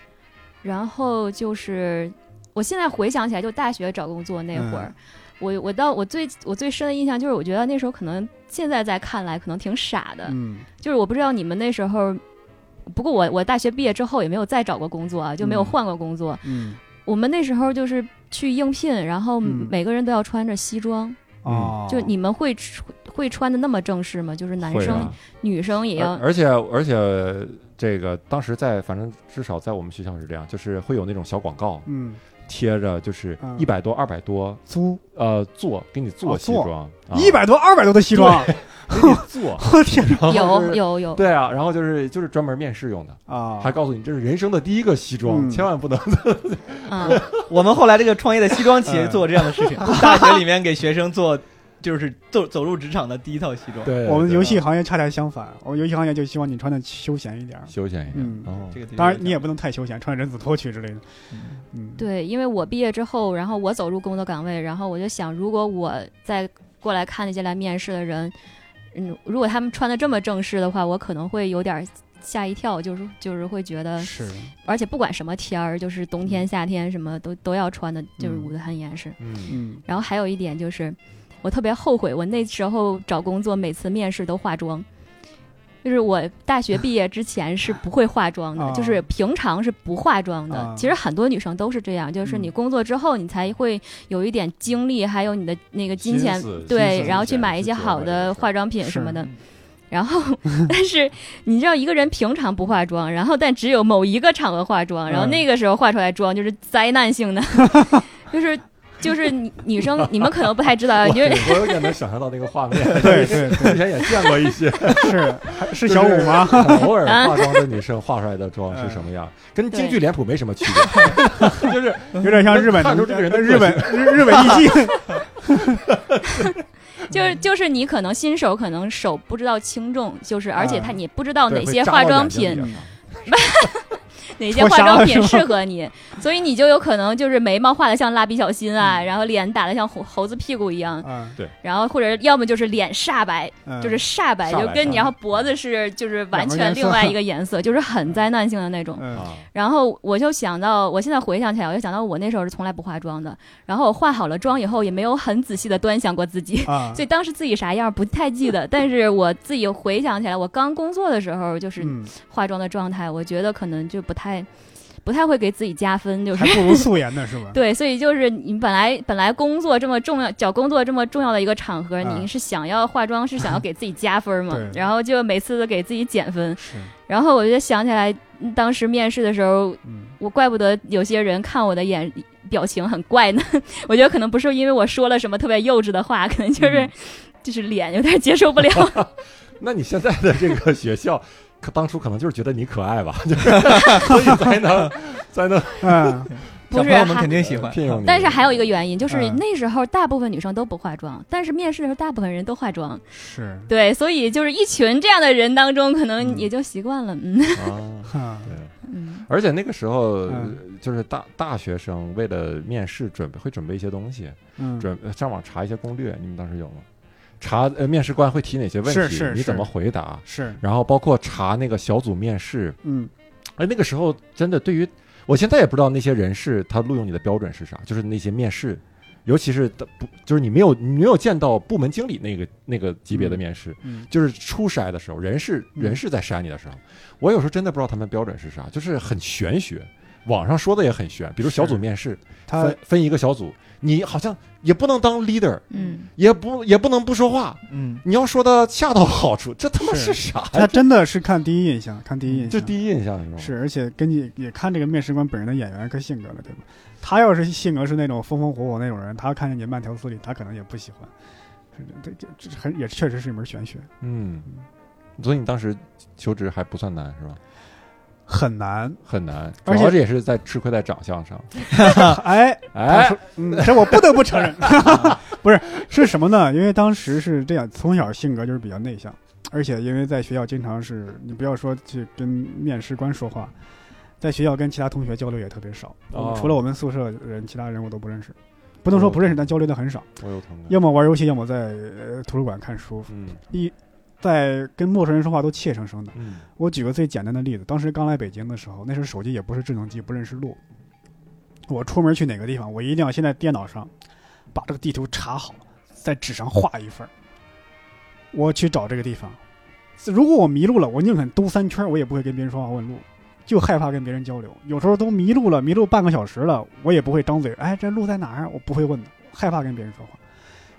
然后就是我现在回想起来，就大学找工作那会嗯儿，我我到我最我最深的印象就是，我觉得那时候可能现在在看来可能挺傻的，嗯，就是我不知道你们那时候。不过我我大学毕业之后也没有再找过工作啊，就没有嗯换过工作。嗯我们那时候就是去应聘，然后嗯每个人都要穿着西装，哦，就你们会穿会穿的那么正式吗？就是男会生、啊女生也要而而且而且这个当时在反正至少在我们学校是这样，就是会有那种小广告嗯贴着，就是嗯一百多、二百多，租呃，做给你做哦西做装，啊一百多二百多的西装，给 你做，我天哪呃然后就有是有有，对啊，然后就是就是专门面试用的，啊！ 还告诉你这是人生的第一个西装，嗯千万不 能嗯， 我们后来这个创业的西装企业做这样 的事情，呃大学里面给学生做，就是走走入职场的第一套西装。对我们对啊游戏行业恰恰相反，我们游戏行业就希望你穿的休闲一点儿，休闲一点嗯，哦这个的确当然你也有不能太休闲，穿着人字拖去之类的。嗯嗯，对，因为我毕业之后，然后我走入工作岗位，然后我就想，如果我再过来看那些来面试的人，嗯，如果他们穿的这么正式的话，我可能会有点儿吓一跳，就是就是会觉得，是而且不管什么天儿，就是冬天、夏天什么都都要穿的，就是捂得很严实。嗯，嗯然后还有一点就是，我特别后悔，我那时候找工作每次面试都化妆。就是我大学毕业之前是不会化妆的，啊就是平常是不化妆的。啊其实很多女生都是这样，就是你嗯工作之后你才会有一点精力，还有你的那个呃金钱心思，心对，思然后去去买一些做好这的个事儿化妆品什么是的。然后， 但是你知道，一个人平常不化妆，然后但只有某一个场合化妆，然后嗯那个时候化出来妆就是灾难性的， 就是就是女 女生，你们可能不太知道，啊我就是我有点能想象到那个画面，对对对之前也见过一些，是还是小五吗？偶 尔啊化妆的女生化出来的妆是什么样，跟京剧脸谱没什么区 别，就是有点像日本看出这个人的日本个日日本艺 妓就是就是你可能新手可能手不知道轻重，就是而且他啊你不知道对哦哪会些扎化到妆眼睛品里里哪些戳化瞎妆了品是吗适 合你，所以你就有可能就是眉毛画的像蜡笔小新啊，嗯然后脸打的像猴猴子屁股一样，啊，然后或者要么就是脸煞白，嗯就是煞白，煞就白跟煞你白然后脖子是就是完两个全颜另色 外一个颜色，就是很灾难性的那种。嗯啊，然后我就想到，我现在回想起来，我就想到我那时候是从来不化妆的，然后我化好了妆以后，也没有很仔细的端详过自己。 啊所以当时自己啥样不太记 得，但是我自己回想起来，我刚工作的时候就是嗯，化妆的状态，我觉得可能就不太不太会给自己加分，就是还不如素颜呢，是吧？对，所以就是你本来本来工作这么重要，找工作这么重要的一个场合，嗯你是想要化妆，是想 要给自己加分嘛对？然后就每次都给自己减分，是， 然后我就想起来嗯当时面试的时候，嗯我怪不得有些人看我的眼表情很怪呢。 我觉得可能不是因为我说了什么特别幼稚的话，可能就是、嗯 就是脸有点接受 不了。那你现在的这个学校，可当初可能就是觉得你可爱吧， 就是所以才能才能嗯不是小朋友们还肯定喜欢。聘用你。但是还有一个原因，就是嗯那时候大部分女生都不化妆，但是面试的时候大部分人都化妆，是，对，所以就是一群这样的人当中，可能嗯也就习惯了，嗯啊，啊对。 嗯而且那个时候嗯就是大大学生为了面试准备会准备一些东西，嗯准呃上网查一些攻略，你们当时有吗？查呃面试官会提哪些问是题是，你怎是么回答？是，然后包括查那个小组面试，嗯哎，那个时候真的对于我现在也不知道那些人是他录用你的标准是啥，就是那些面试，尤其是他不就是你没有你没有见到部门经理那个那个级别的面试，嗯就是初筛的时候，人事嗯人事在筛你的时候，我有时候真的不知道他们标准是啥，就是很玄学。网上说的也很玄，比如小组面试，他分分一个小组，你好像也不能当 leader，嗯，也不也不能不说话，嗯，你要说的恰到好处，这他妈是是啥他呀？真的是看第一印象，看第一印象，就第一哦印象是吧？是，而且根据也看这个面试官本人的演员跟性格了，对吧？他要是性格是那种风风火火那种人，他看见你慢条斯理，他可能也不喜欢。是的这这这很也确实是一门玄学，嗯，所以你当时求职还不算难是吧？很难。 很难，主而且要这也是在吃亏在长相上。哎，他哎说，嗯， 这我不得不承认， 不是是什么呢？因为当时是这样，从小性格就是比较内向，而且因为在学校经常是你不要说去跟面试官说话，在学校跟其他同学交流也特别少，哦除了我们宿舍人，其他人我都不认识，不能说不认识，但交流的很少。我有同感。要么玩游戏，要么在、呃、图书馆看书，嗯一在跟陌生人说话都怯生生的。嗯我举个最简单的例子，当时刚来北京的时候，那时候手机也不是智能机，不认识路。我出门去哪个地方，我一定要先在电脑上把这个地图查好，在纸上画一份儿。我去找这个地方，如果我迷路了，我宁肯兜三圈儿，我也不会跟别人说话问路，就害怕跟别人交流。有时候都迷路了，迷路半个小时了，我也不会张嘴，哎，这路在哪儿？我不会问的，害怕跟别人说话。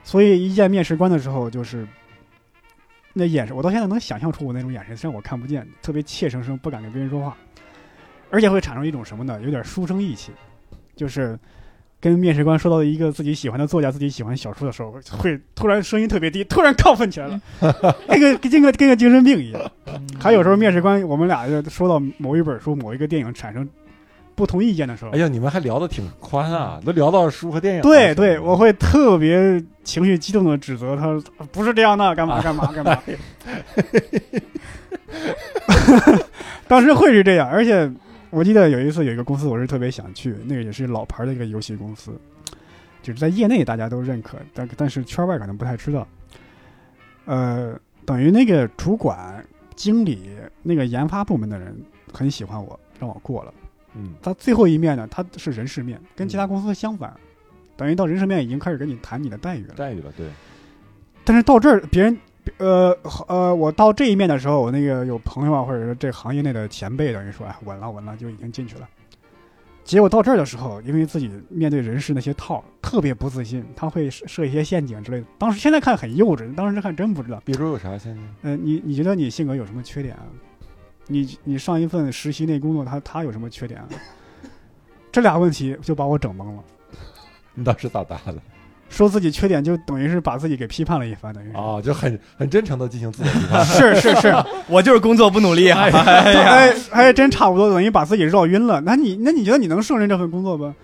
所以一见面试官的时候，就是那眼神，我到现在能想象出我那种眼神，虽然我看不见，特别怯生生，不敢跟别人说话，而且会产生一种什么呢？有点书生意气，就是跟面试官说到一个自己喜欢的作家、自己喜欢小说的时候，会突然声音特别低，突然亢奋起来了，那个跟个跟个精神病一样。 还有时候面试官，我们俩就说到某一本书、某一个电影产生不同意见的时候哎，呀，你们还聊得挺宽啊，都聊到书和电影了。嗯对对，我会特别情绪激动的指责他，不是这样的，干嘛干嘛干嘛。 当时会是这样，而且我记得有一次有一个公司，我是特别想去，那个也是老牌的一个游戏公司，就是在业内大家都认可，但但是圈外可能不太知道。呃，等于那个主管、经理、那个研发部门的人很喜欢我，让我过了。嗯他最后一面呢，他是人事面，跟其他嗯公司相反，等于到人事面已经开始跟你谈你的待遇了。待遇了，对，但是到这儿，别人呃呃，我到这一面的时候，我那个有朋友啊，或者是这行业内的前辈，等于说，哎，稳了稳了，就已经进去了。结果到这儿的时候，因为自己面对人事那些套，特别不自信，他会设设一些陷阱之类的。当时现在看很幼稚，当时看真不知道。比如有啥现象？呃，你你觉得你性格有什么缺点啊？你你上一份实习那工作他，他有什么缺点啊？这俩问题就把我整懵了。嗯 你当时咋答的？说自己缺点，就等于是把自己给批判了一番，等于是。啊，就很很真诚的进行自我 批判。是是是， 我就是工作不努力啊， 哎呀哎，还真差不多，等于把自己绕晕了。那你那你觉得你能胜任这份工作吗？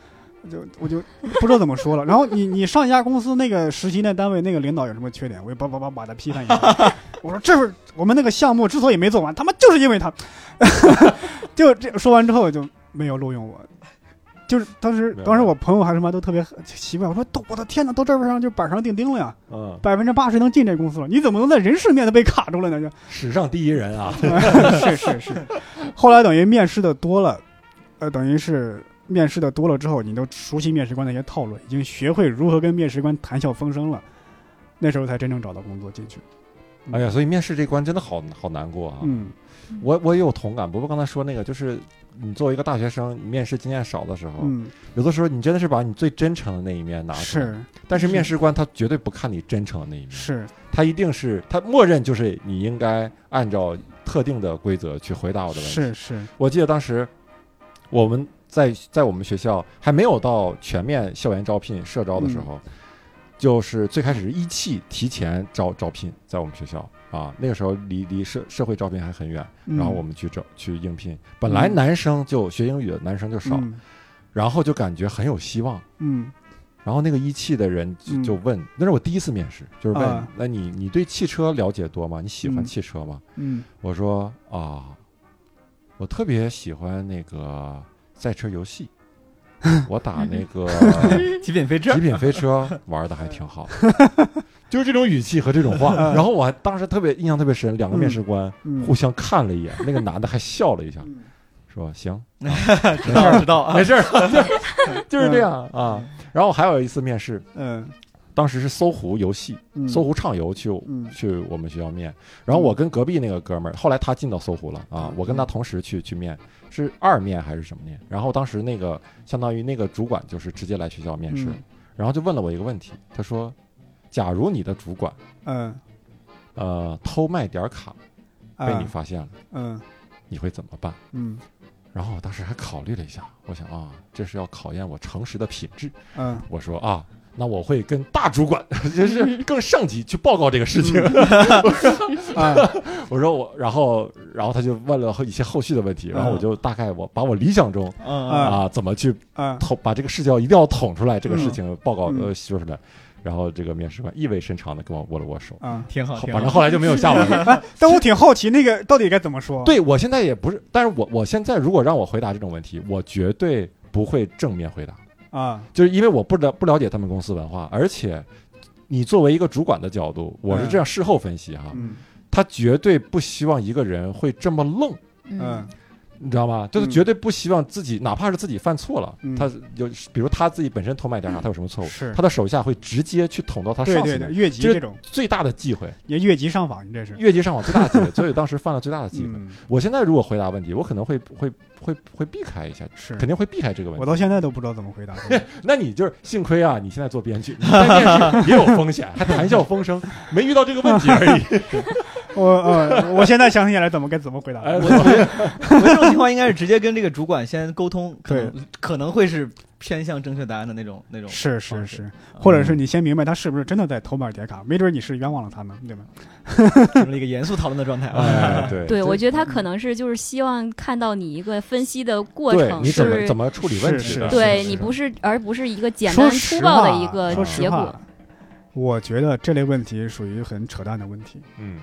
就我就不知道怎么说了。然后你你上一家公司那个实习那单位那个领导有什么缺点，我也叭叭叭把他批判一番。 我说这会儿我们那个项目之所以没做完，他妈就是因为他。 就这说完之后就没有录用我。就是当时明白当时我朋友还什么都特别奇怪，我说都我的天哪，到这份上就板上钉钉了呀，嗯，百分之八十能进这公司了，你怎么能在人事面都被卡住了呢？就史上第一人啊！是是是。后来等于面试的多了，呃，等于是面试的多了之后，你都熟悉面试官那些套路，已经学会如何跟面试官谈笑风生了。那时候才真正找到工作进去。哎呀，所以面试这关真的好好难过啊！嗯，我我也有同感。不过刚才说那个，就是你作为一个大学生，你面试经验少的时候，嗯，有的时候你真的是把你最真诚的那一面拿出来。是但是面试官他绝对不看你真诚的那一面，是他一定是他默认就是你应该按照特定的规则去回答我的问题。是是，我记得当时我们在在我们学校还没有到全面校园招聘社招的时嗯候，就是最开始是一汽提前招招聘，在我们学校啊，那个时候离离社社会招聘还很远，嗯然后我们去招去应聘，本来嗯男生就学英语的男生就少，嗯然后就感觉很有希望。嗯然后那个一汽的人就嗯就问，那是我第一次面试，就是问，啊那你你对汽车了解多吗？你喜欢嗯汽车吗？嗯我说啊，我特别喜欢那个赛车游 戏，我打那 个极品飞车极，品飞车 玩的还挺好，就是这种语气和这种 话。然后我还当时特别印象特别深，两个面试官嗯，互相看了一眼，那个男的还笑了一下，嗯说 行，知道知道嗯啊没，事儿， 就就是这样啊。然后还有一次面试，嗯当时是搜狐游戏，嗯搜狐畅游去嗯去我嗯们学校面，然后我跟隔壁那个哥们儿，后来他进到搜狐了啊，我跟他同时去去面，是二面还是什么面？然后当时那个相当于那个主管就是直接来学校面试，嗯然后就问了我一个问题，他说：“假如你的主管嗯呃偷卖点儿卡被你啊发现了，嗯你会怎么办嗯？”然后我当时还考虑了一下，我想啊，这是要考验我诚实的品质。嗯，我说啊，那我会跟大主管， 就是更上级去报告这个事情。啊我说我，然后然后他就问了一些后续的问题，然后我就大概我把我理想中嗯啊啊怎么去啊捅把这个视角一定要捅出来，这个事嗯情报告嗯呃说出来，然后这个面试官意味深长的跟我握了握手，啊！挺好，挺 反正好。后来就没有下文了。 哎，但我挺好奇那个到底该怎么说？，对我现在也不是，但是我我现在如果让我回答这种问题，我绝对不会正面回答，啊，就是因为我不了不了解他们公司文化，而且你作为一个主管的角度，我嗯是这样事后分析哈，嗯他绝对不希望一个人会这么愣。嗯嗯，你知道吗？就是嗯绝对不希望自己，哪怕是自己犯错了，嗯他有，比如他自己本身偷卖点啥，他有什么错误，是他的手下会直接去捅到他对上对司对，的，越级这这种，最大的忌讳，你越级上访，你这是，越级上网最大的忌 讳，所以当时犯了最大的忌讳。嗯，我现在如果回答问题，我可能会会会会避开一下，是肯定会避开这个问我题。到现在都不知道怎么回答。 那你就是幸亏啊，你现在做编剧，你在 面试也有风险，还谈笑风生，没遇到这个问题而已。我呃，我现在想起来怎么该怎么回答了。 哎，我我觉得我这种情况应该是直接跟这个主管先沟通，可能可能会是偏向正确答案的那种那种。是方是式是，或者嗯是你先明白他是不是真的在偷卖点卡，没准你是冤枉了他呢，对吧？进入了一个严肃讨论的状态啊。哎，对。对，我觉得他可能是就是希望看到你一个分析的过对，程，你怎么是怎么处理问题的？是对是你不是，而不是一个简说单粗实暴话，的一个说结实果话。，我觉得这类问题属于很扯淡的问题。嗯，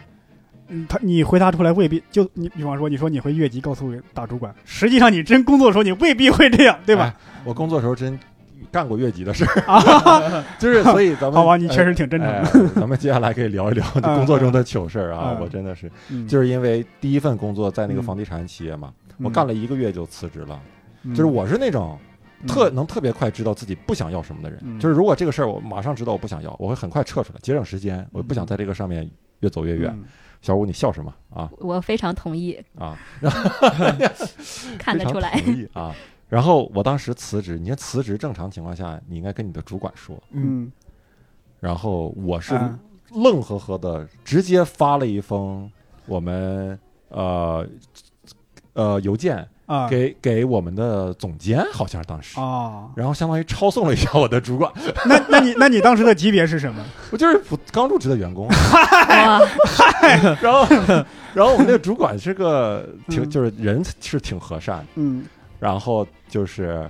嗯，他你回答出来未必就你，比方说你说你会越级告诉大主管，实际上你真工作的时候你未必会这样，对吧？哎？我工作的时候真干过越级的事儿， 啊， 就是所以咱们好吧，你呃确实挺真诚哎的。，咱们接下来可以聊一聊就工作中的糗事儿啊！嗯我真的是，嗯就是因为第一份工作在那个嗯房地产企业嘛，我干了，一个月就辞职了。嗯就是我是那种嗯特能特别快知道自己不想要什么的人，嗯就是如果这个事儿我马上知道我不想要，我会很快撤出来，节省时间，我不想在这个上面越走越远。。嗯小五，你笑什么啊我非常同意，啊？嗯看得非常出哎来。同意啊。然后我当时辞职，你看辞职正常情况下你应该跟你的主管说，嗯，然后我是啊愣呵呵的直接发了一封我们呃呃邮件啊给给我们的总监，好像是当时，啊，然后相当于抄送了一下我的主管， 那那你那你当时的级别是什么？我就是普刚入职的员工，啊哇， 然后然后我们那个主管是个挺嗯就是人是挺和善的，嗯然后就是。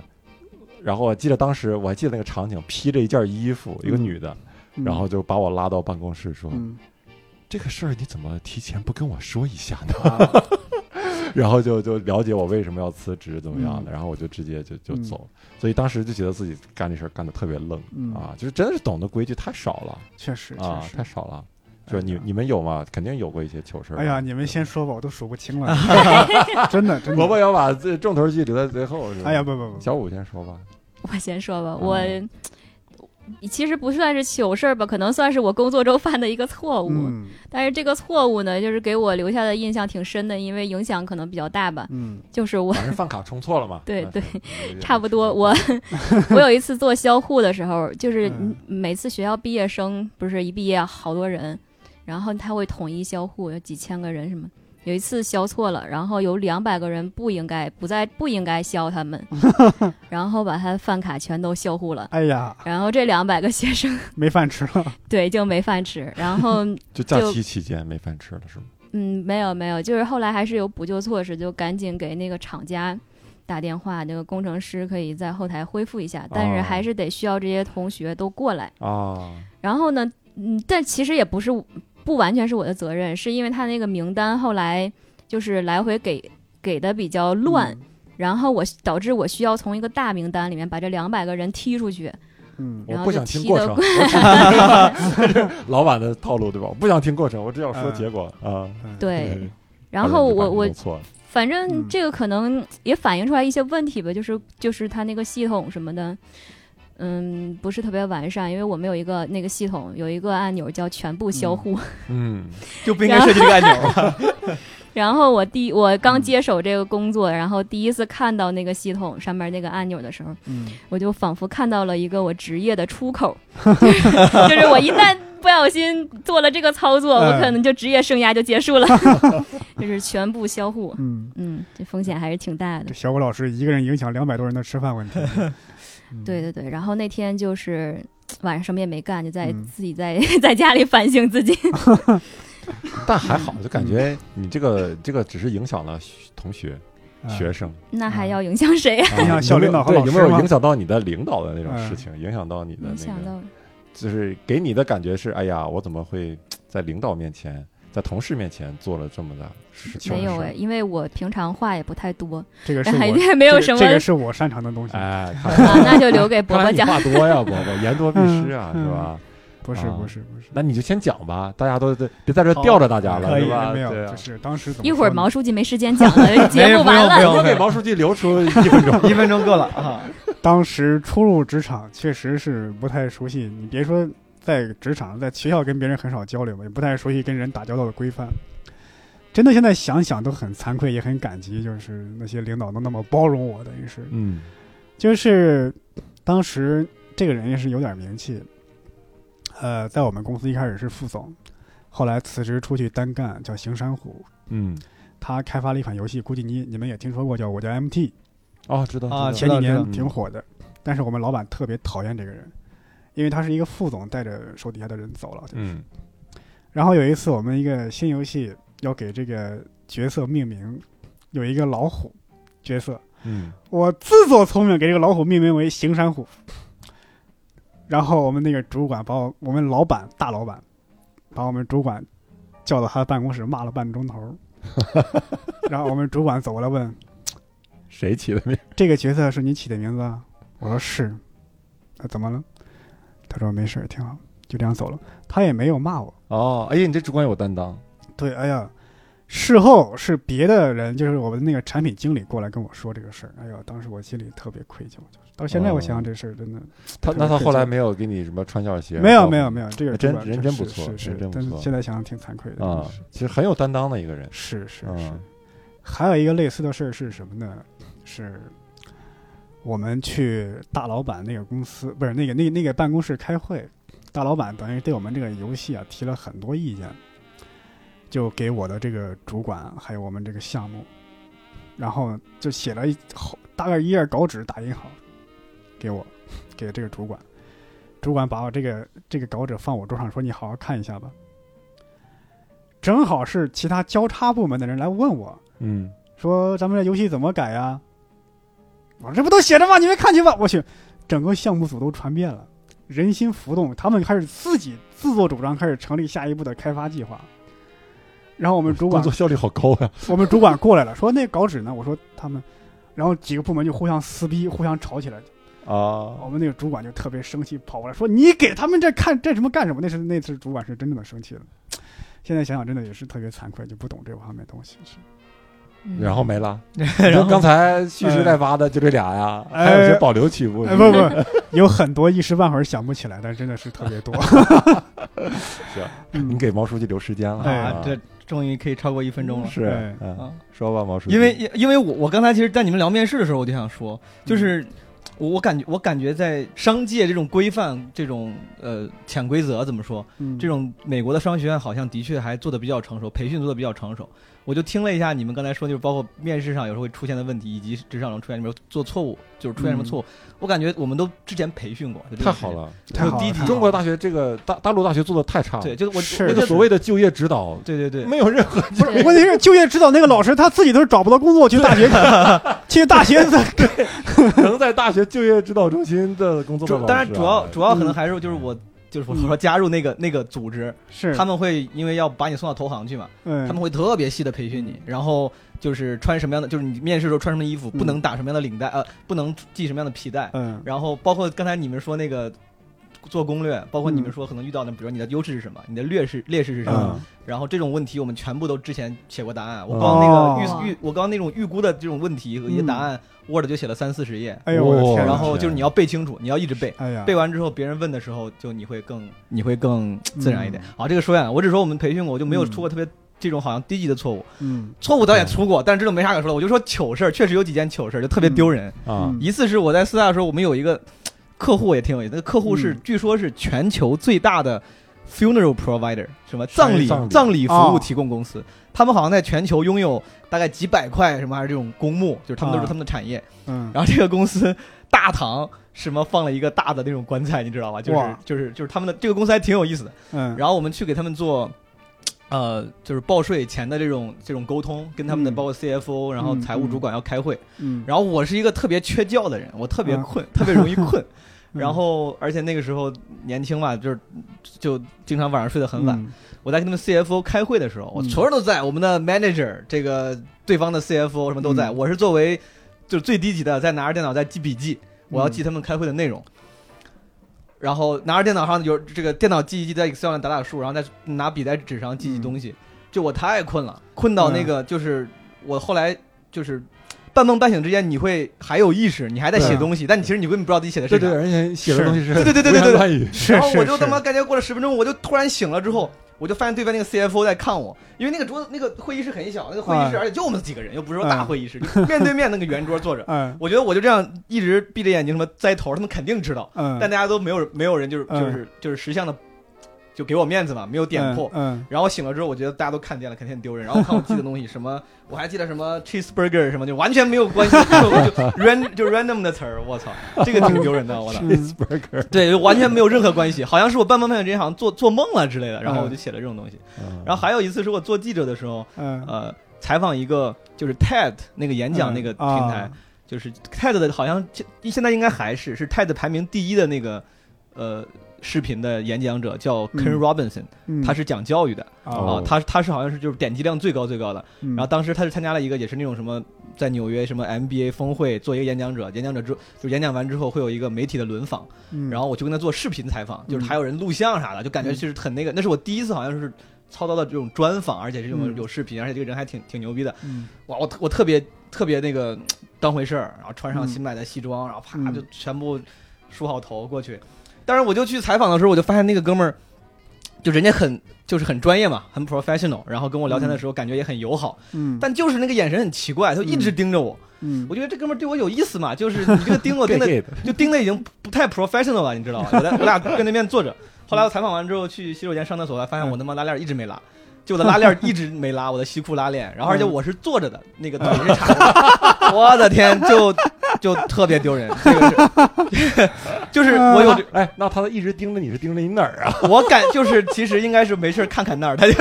然后我记得当时我还记得那个场景，披着一件衣服，一个嗯女的，嗯然后就把我拉到办公室说：“嗯这个事儿你怎么提前不跟我说一下呢？”啊 然后就就了解我为什么要辞职怎么样的，然后我就直接就就嗯走了。所以当时就觉得自己干这事儿干的特别愣嗯啊，就是真的是懂得规矩太少了确实啊确，实太少了。就是哎你呀你们有吗？肯定有过一些糗事儿。啊哎呀，你们先说吧，我都数不 清了，真的真萝卜的。要把这重头戏留在最后。是吧哎呀，，不不不，小五先说吧。 我先说吧，嗯我。其实不算是糗事儿吧，可能算是我工作中犯的一个错误。嗯但是这个错误呢，就是给我留下的印象挺深的，因为影响可能比较大吧。嗯就是我反正饭卡充错了嘛。对嗯对，差 不多，我我有一次做销户的时候，就是嗯每次学校毕业生不是一毕业好多人，然后他会统一销户，有几千个人什么。有一次销错了，然后有两百个人不应该不在不应该销他们，然后把他饭卡全都销户了，哎呀，然后这两百个学生 没饭吃了。对就没饭吃，然后就假就期期间没饭吃了是吗？嗯，没有没有，就是后来还是有补救措施，就赶紧给那个厂家打电话，那个工程师可以在后台恢复一下，但是哦还是得需要这些同学都过来。啊，然后呢，嗯，但其实也不是不完全是我的责任，是因为他那个名单后来就是来回给给的比较乱，嗯然后我导致我需要从一个大名单里面把这两百个人踢出去。嗯，我然后不就想听踢过得程，我只 老板的套路对吧？我不想听过程，我只想说结果啊。嗯，对，嗯，然后我我弄错了反嗯正这个可能也反映出来一些问题吧，就是就是他那个系统什么的，嗯不是特别完善，因为我们有一个那个系统有一个按钮叫全部销户，嗯就不应该设计这个按 钮了。 然后我第我刚接手这个工作，然后第一次看到那个系统上面那个按钮的时候，嗯，我就仿佛看到了一个我职业的出口，就是我一旦不小心做了这个操作，我可能就职业生涯就结束了， 就是全部销户。嗯，嗯，这风险还是挺大的这。小谷老师一个人影响两百多人的吃饭 问题。嗯对，对对，然后那天就是晚上什么也没干，就在嗯自己在 在家里反省自己。 但还好，就感觉你这个这个只是影响了学同学、嗯学生，那还要影响谁呀、啊影响小领导和有没有对老师有没吗有影响到你的领导的那种嗯事情，影响到你的没那想个，到，就是给你的感觉是，哎呀，我怎么会在领导面前、在同事面前做了这么的事情？没有哎，哎，因为我平常话也不太多，这个是然后 我也没这有个什么这个 是我擅长的东 西，哎，看啊，那就留给伯看来伯你讲。话多 呀，伯伯，言多必失啊，嗯是吧？不是啊不是不是，那你就先讲吧，大家都都别在这吊着大家了，可以是吧？没有，对啊就。是当时怎么一会儿说呢毛书记没时间讲了，节没有目不完用不了。我用，们不给用毛书记留出一哎 分钟。 一分钟够了啊。当时初入职场，确实是不太熟悉。你别说在职场，在学校跟别人很少交流嘛，也不太熟悉跟人打交道的规范。真的，现在想想都很惭愧，也很感激，就是那些领导能那么包容我，等于是，嗯就是当时这个人也是有点名气，呃，在我们公司一开始是副总，后来辞职出去单干，叫邢山虎。嗯，他开发了一款游戏，估计你你们也听说过，叫《我叫 MT》。哦，知道啊知前道几知道年挺火的，但是我们老板特别讨厌这个人，因为他是一个副总带着手底下的人走了。就是嗯然后有一次我们一个新游戏要给这个角色命名，有一个老虎角色，嗯，我自作聪明给这个老虎命名为行山虎。然后我们那个主管把我我们老板大老板把我们主管叫到他的办公室骂了半钟头儿，然后我们主管走过来问谁起的名？这个角色是你起的名字啊？我说是。那怎么了？他说没事儿，挺好，就这样走了。他也没有骂我。哦，哎呀，你这主管有担当。对，哎呀，事后是别的人，就是我们那个产品经理过来跟我说这个事儿。哎呀，当时我心里特别愧疚，就是到现在我哦想想这事儿真的、他特别那他愧后来疚没有给你什么穿校鞋？没有包没有袱没有，这个啊真主管人这真不是错是是人真不但是错现在想想挺惭愧的啊，其实很有担当的一个人。是是是嗯还有一个类似的事儿是什么呢？是我们去大老板那个公司，不是那个那那个办公室开会，大老板等于对我们这个游戏啊提了很多意见，就给我的这个主管还有我们这个项目，然后就写了一好大概一页稿纸打印好，给我给这个主管，主管把我这个这个稿纸放我桌上说：“你好好看一下吧。”正好是其他交叉部门的人来问我，嗯，说咱们这游戏怎么改呀？我说这不都写着吗？你们看去吧。我去，整个项目组都传遍了，人心浮动，他们开始自己自作主张，开始成立下一步的开发计划。然后我们主工管作，效率好高呀。 我们主管过来了，说那稿纸呢？我说他们，然后几个部门就互相撕逼，互相吵起来。我啊，们那个主管就特别生气，跑过来说：“你给他们这看这什么干什么？”那是那次主管是真正的生气了。现在想想，真的也是特别惭愧，就不懂这方面东西。是嗯然 后没 了。然就后刚才蓄势待发的就这俩呀，哎还有些保留起步。哎，不不，有很多一时半会儿想不起来，但真的是特别多。是嗯你给毛书记留时间了哎啊啊，这终于可以超过一分钟了。是哎嗯啊，说吧，毛书记。因为因因为我我刚才其实，在你们聊面试的时候，我就想说，嗯就是我我感觉我感觉在商界这种规范、这种呃潜规则怎么说，嗯这种美国的商学院好像的确还做的比较成熟，培训做的比较成熟。我就听了一下你们刚才说，就是包括面试上有时候会出现的问题，以及职场上出现什么做错误，就是出现什么错误，我感觉我们都之前培训过。就这嗯太个好事情。了，太好了就低级太好了中 国大学这个大大陆大学做的太差了。对，，就是我是我那个觉得所谓的就业指导，对对对，没有任何不是关键是就业指导那个老师他自己都找不到工作，去大学 去大学在能在大学就业指导中心的工作的主老师啊。当然主要主要可能嗯还是就是我就是我嗯说加入那个那个组织，是他们会因为要把你送到投行去嘛，嗯他们会特别细的培训嗯你，然后就是穿什么样的，就是你面试的时候穿什么衣服，嗯不能打什么样的领带，呃，不能系什么样的皮带，嗯然后包括刚才你们说那个做攻略，包括你们嗯说可能遇到的，比如你的优势是什么，你的劣势劣势是什么，嗯然后这种问题我们全部都之前写过答案。我哦光那哇个预预，我刚那种预估的这种问题和一些答案，Word 就写了三四十页，嗯哎呦我的哦天哪，然后就是你要背清楚，你要一直背。哎呀，背完之后，别人问的时候，就你会更嗯你会更自然一点。好，这个说远了，我只说我们培训过，我就没有嗯出过特别这种好像低级的错误，嗯错误倒也出过，但是这都没啥可说的。我就说糗事儿，确实有几件糗事儿，就特别丢人。啊嗯一次是我在四大的时候，我们有一个客户也挺有意思，那个客户是、嗯据说是全球最大的 funeral provider，什么葬礼葬礼葬礼服务哦提供公司，他们好像在全球拥有大概几百块什么还是这种公墓，就是他们都是啊他们的产业。嗯，然后这个公司 大堂什么放了一个大的那种棺材，你知道吧？就是哇就是就是他们的这个公司还挺有意思的。嗯，然后我们去给他们做，呃，就是报税前的这种这种沟通，跟他们的嗯包括 CFO，然后嗯财务主管要开会。嗯然后我是一个特别缺觉的人，我特别嗯困，特别容易 困。嗯然后而且那个时候年轻嘛，就是就经常晚上睡得很晚。，我在跟他们 CFO 开会的时候，我嗯所有人都在，我们的 manager 这个对方的 CFO 什么都在，嗯我是作为就是最低级的，在拿着电脑在记笔嗯记，我要记他们开会的内容。然后拿着电脑上有这个电脑记一记，在 Excel 上打打数，然后再拿笔在纸上嗯记记东西。就我太困了，困到那个就是、我后来就是半梦半醒之间，你会还有意识，你还在对写啊东西，但你其实你根本不知道自己写的是对啥对，。而且写的东西是对对对对对对胡言乱语是然后是我就他是妈感觉过了十分钟，我就突然醒了之后，我就发现对面那个 CFO 在看我，因为那个桌子那个会议室很小，那个会议室啊而且就我们几个人，又不是说大啊。会议室，就面对面那个圆桌坐着嗯我觉得我就这样一直闭着眼睛什么栽头，他们肯定知道，嗯，但大家都没有没有人就是嗯就是就是识相的，就给我面子嘛，没有点破。嗯，然后醒了之后，我觉得大家都看见了，肯定很丢人。然后看我记的东西，什么我还记得什么 cheeseburger 什么，就完全没有关系， 就就 ran 就 random 的词儿，我操，这个挺丢人的，我操。嗯，cheeseburger，对，完全没有任何关系，好像是我半梦半醒之间好像做做梦了之类的，然后我就写了这种东西。嗯然后还有一次是我做记者的时候， 嗯嗯呃，采访一个就是 TED 那个演讲那个平台，啊就是 TED 的，好像现现在应该还是是 TED 排名第一的那个呃视频的演讲者叫 Ken 嗯 Robinson，、嗯他是讲教育的啊、哦他他是好像是就是点击量最高最高的。嗯然后当时他是参加了一个也是那种什么在纽约什么 MBA 峰会做一个演讲者，演讲者之后就演讲完之后会有一个媒体的轮访。嗯然后我就跟他做视频采访，就是还有人录像啥的，就感觉就是很那个。那是我第一次好像是操刀的这种专访，而且是这种嗯有视频，而且这个人还挺挺牛逼的。嗯哇，我特我特别特别那个当回事儿，然后穿上新买的西装，然后啪嗯就全部梳好头过去。但是我就去采访的时候，我就发现那个哥们儿，就人家很就是很专业嘛，很 professional，然后跟我聊天的时候感觉也很友好，嗯，但就是那个眼神很奇怪，他就一直盯着我。嗯我觉得这哥们儿对我有意思嘛，就是你这个 盯我盯的 gay 的就盯的已经不太 professional 了，你知道吧？我在我俩跟那边坐着，后来我采访完之后去洗手间上厕所，发现我他妈拉链一直没拉，就我的拉链一直没拉，我的西裤拉链，然后而且我是坐着的，那个腿是叉着的，我的天，就就特别丢人，这个是，就是我有 哎，那他一直盯着你是盯着你哪 儿啊？我感就是其实应该是没事儿看看那儿，他就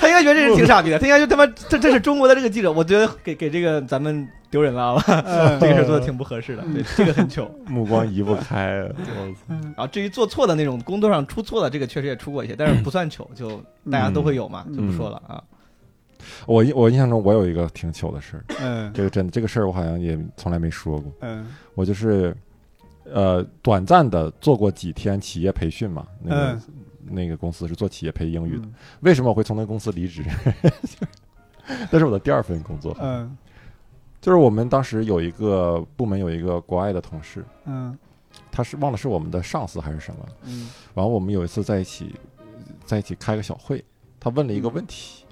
他应该觉得这人挺傻逼的，他应该就他妈这这是中国的这个记者，我觉得给给这个咱们丢人了啊，嗯这个事儿做的挺不合适的，对，这个很糗。目光移不开，我操然后至于做错的那种工作上出错的，这个确实也出过一些，但是不算糗，就大家都会有嘛，嗯就不说了啊。 我印我印象中我有一个挺糗的事儿，嗯这个真的这个事儿我好像也从来没说过。嗯我就是呃短暂的做过几天企业培训嘛，那个、嗯那个公司是做企业培英语的。嗯为什么我会从那公司离职？ 那是我的第二份工作，嗯就是我们当时有一个部门有一个国外的同事，嗯他是忘了是我们的上司还是什么。嗯然后我们有一次在一起在一起开个小会，他问了嗯一个问题，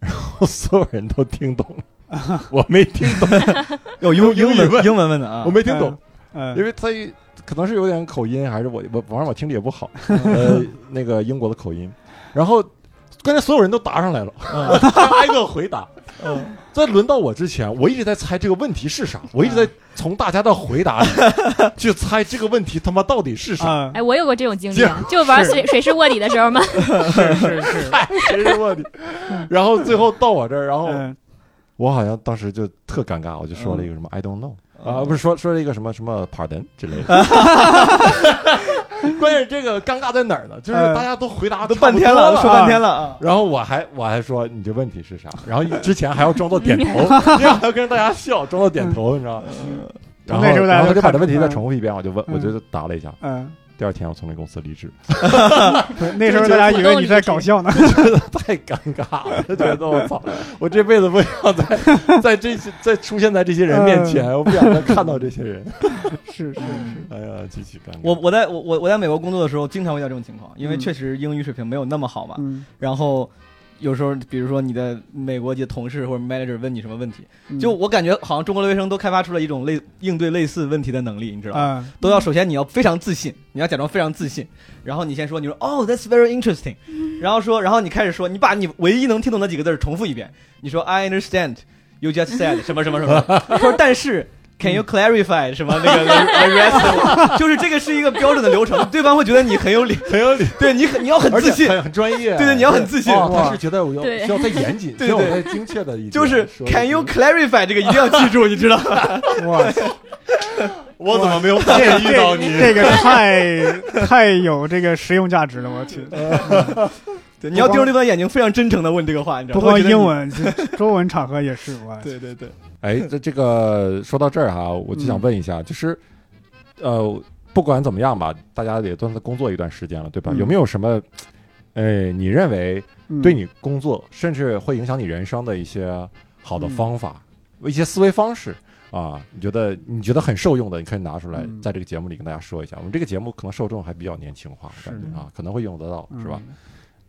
然后所有人都听懂了，我没听懂，有英英语问英文问的啊我，没听懂，嗯，因为他可能是有点口音，还是我我反正我听着也不 好，呃，那个英国的口音。然后刚才所有人都答上来了，嗯 挨个回答。嗯在轮到我之前，我一直在猜这个问题是啥，我一直在从大家的回 答里去猜这个问题他妈到底是啥。啊哎，我有过这种经这验，就玩水水师卧底的时候嘛，是是是，嗨，真是 我的！然后最后到我这儿，然后嗯我好像当时就特尴尬，我就说了一个什么 I don't know 啊，不是是说说了一个什么什么 pardon 之类的。 关键这个尴尬在哪儿呢？就是嗯大家都回答都差不半天多了，了，都说半天了啊。然后我还我还说你这问题是啥？然后之前还要装作点头，因为还要跟大家笑，装作嗯点头，你知道吗？然后那时候大家然后就就把看这出问题再嗯重复一遍，我就问，我嗯就答了一下，嗯第二天我从那公司离职， 那时候大家以为你在搞笑呢。太尴尬了，觉得我操，我这辈子不想在在这些在出现在这些人面前，我不想再看到这些人。是是是，哎呀，极其尴尬。我我在我我我在美国工作的时候，经常会遇到这种情况，因为嗯确实英语水平没有那么好嘛。嗯，然后有时候，比如说你的美国籍同事或者 manager 问你什么问题，嗯就我感觉好像中国留学生都开发出了一种类应对类似问题的能力，你知道吗？啊，都要首先你要非常自信，你要假装非常自信，然后你先说你说哦 that's very interesting，然后嗯 说然后你开始说你把你唯一能听懂的几个字儿重复一遍，你说 I understand you just said 什么什么 什么，他说但是。Can you clarify 什么那个 the rest？of- 就是这个是一个标准的流程，对方会觉得你很有理，很有理，对你很你要很而自且信，很很专业。对对你要很自信哦哇他是觉得我要对需要再严谨，对需要我对再精确的一点。就是 Can you 用 clarify 这个一定要记住，你知道吗？哇， 我怎么没有发现遇到你？这个太太有这个实用价值了，我去！对，你要盯着对方眼睛，非常真诚的问这个话，你知道不吗？他光会觉得英你，文，这中文场合也是我。对对对，哎，这这个说到这儿哈、我就想问一下，就是，呃，不管怎么样吧，大家也都在工作一段时间了，对吧？嗯有没有什么，哎，你认为嗯对你工作，甚至会影响你人生的一些好的方法、一些思维方式啊？你觉得你觉得很受用的，你可以拿出来嗯，在这个节目里跟大家说一下。我们这个节目可能受众还比较年轻化，我感是觉啊，可能会用得到，是吧？？嗯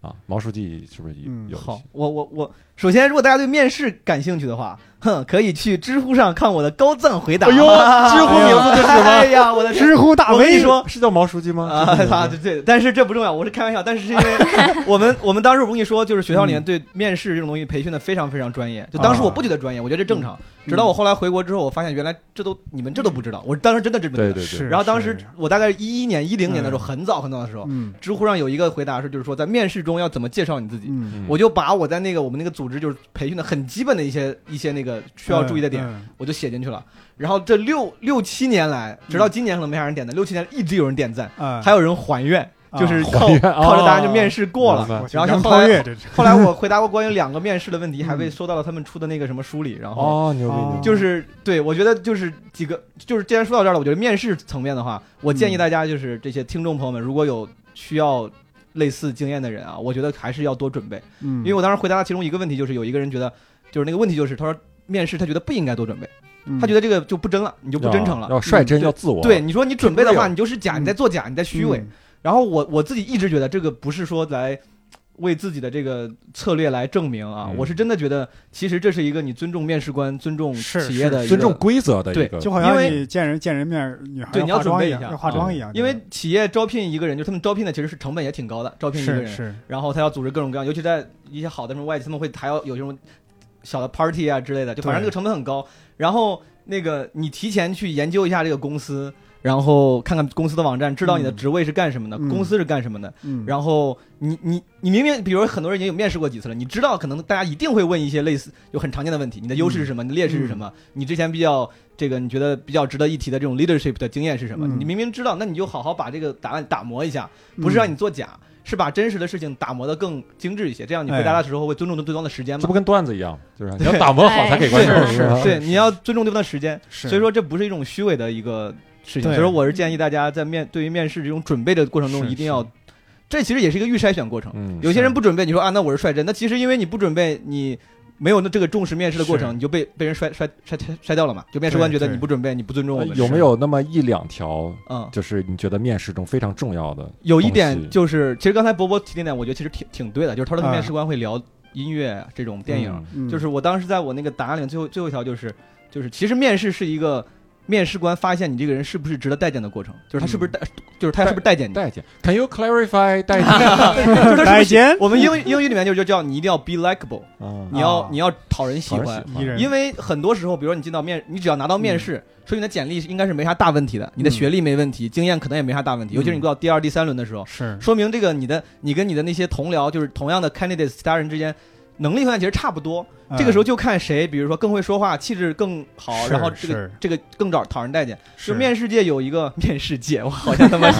啊，毛书记是不是也嗯有一些？好，我我我，首先，如果大家对面试感兴趣的话，哼，可以去知乎上看我的高赞回答。哎呦知乎名字就是吗？哎呀，我的天知乎大我跟你 V 说。是叫毛书记吗？啊，啊对对，但是这不重要，我是开玩笑。但是是因为我们我们当时我跟你说，就是学校里面嗯对面试这种东西培训的非常非常专业。就啊当时我不觉得专业，我觉得这正常。嗯直到我后来回国之后，我发现原来这都你们这都不知道，我当时真的这不知道。对对对是。然后当时是我大概一一年、一零年的时候，很早很早的时候，嗯知乎上有一个回答是，就是说在面试中要怎么介绍你自己。嗯，嗯我就把我在那个我们那个组织就是培训的很基本的一些一些那个需要注意的点，嗯，我就写进去了。然后这六六七年来，嗯直到今年可能没啥人点赞，六七年一直有人点赞，嗯还有人还愿，啊就是靠还愿 靠着大家哦就面试过了明。白我去然后像杨后超来越这是后来我回答过关于两个面试的问题，还被嗯收到了他们出的那个什么书里，然后。哦，牛逼哦牛逼！就是对，我觉得就是几个，就是既然说到这儿了，我觉得面试层面的话，我嗯建议大家就是这些听众朋友们，如果有需要类似经验的人啊，我觉得还是要多准备，嗯，因为我当时回答了其中一个问题，就是有一个人觉得，就是那个问题就是他说面试他觉得不应该多准备，嗯他觉得这个就不真了，你就不真诚了。要率真，嗯要自我。对，，你说你准备的不话，是你就是假，嗯你在作假，你在虚伪。嗯然后我我自己一直觉得这个不是说来为自己的这个策略来证明啊，嗯我是真的觉得其实这是一个你尊重面试官、尊重是企业的一个尊重规则的一对个。就好像因为你见人见人面，女孩对你要化准妆备一一下样，要化妆一样，因为企业招聘一个人，就他们招聘的其实是成本也挺高的，招聘一个是人，是，然后他要组织各种各样，尤其在一些好的什么外企，他们会还要有这种小的 party 啊之类的，就反正对这个成本很高。然后那个你提前去研究一下这个公司，然后看看公司的网站，知道你的嗯职位是干什么的，嗯公司是干什么的。嗯，然后你你你明明，比如很多人已经有面试过几次了，你知道可能大家一定会问一些类似有很常见的问题，你的优势是什么，嗯你的劣势是什么，你之前比较这个你觉得比较值得一提的这种 leadership 的经验是什么？嗯你明明知道，那你就好好把这个答案打磨一下，不嗯是让你作假，是把真实的事情打磨得更精致一些，这样你回答的时候会尊重对方的时间这嘛不。跟段子一样，就是你要对打磨好才给观众。是是吧是对，你要尊重对方的时间，是，所以说这不是一种虚伪的一个事情。对所以说我是建议大家在面对于面试这种准备的过程中，是一定要，这其实也是一个预筛选过程。嗯，有些是人不准备，你说啊，那我是率真，那其实因为你不准备，你没有那这个重视面试的过是程，你就被被人摔摔摔摔摔掉了嘛。就面试官对觉得对你不准备，你不尊重我呃们。有没有那么一两条，嗯，就是你觉得面试中非常重要的？有一东西点就是，其实刚才博博提那点，我觉得其实挺挺对的，就是他说嗯面试官会聊音乐这种电影，嗯 就是我当时在我那个答案里面最后最后一条就是就是其实面试是一个。面试官发现你这个人是不是值得待见的过程，就是他是不是待，就是他是不是待见你？代嗯见，Can you clarify 代见？就是他是 来不是见我们英语英语里面就就叫你一定要 be likable，你啊，要 啊你要讨人喜讨人欢，嗯喜一人，因为很多时候，比如说你进到面，你只要拿到面试，说明你的简历应该是没啥大问题的，你的学历没问题，经验可能也没啥大问题。嗯尤其是你到第二、第三轮的时候，是说明这个你的你跟你的那些同僚，就是同样的 candidates，其他人之间能力方面其实差不多。 这个时候就看谁，比如说更会说话，气质更好，嗯是然后这个是这个更找讨人待见。嗯是就 面试界有一个面试界，我好像他妈是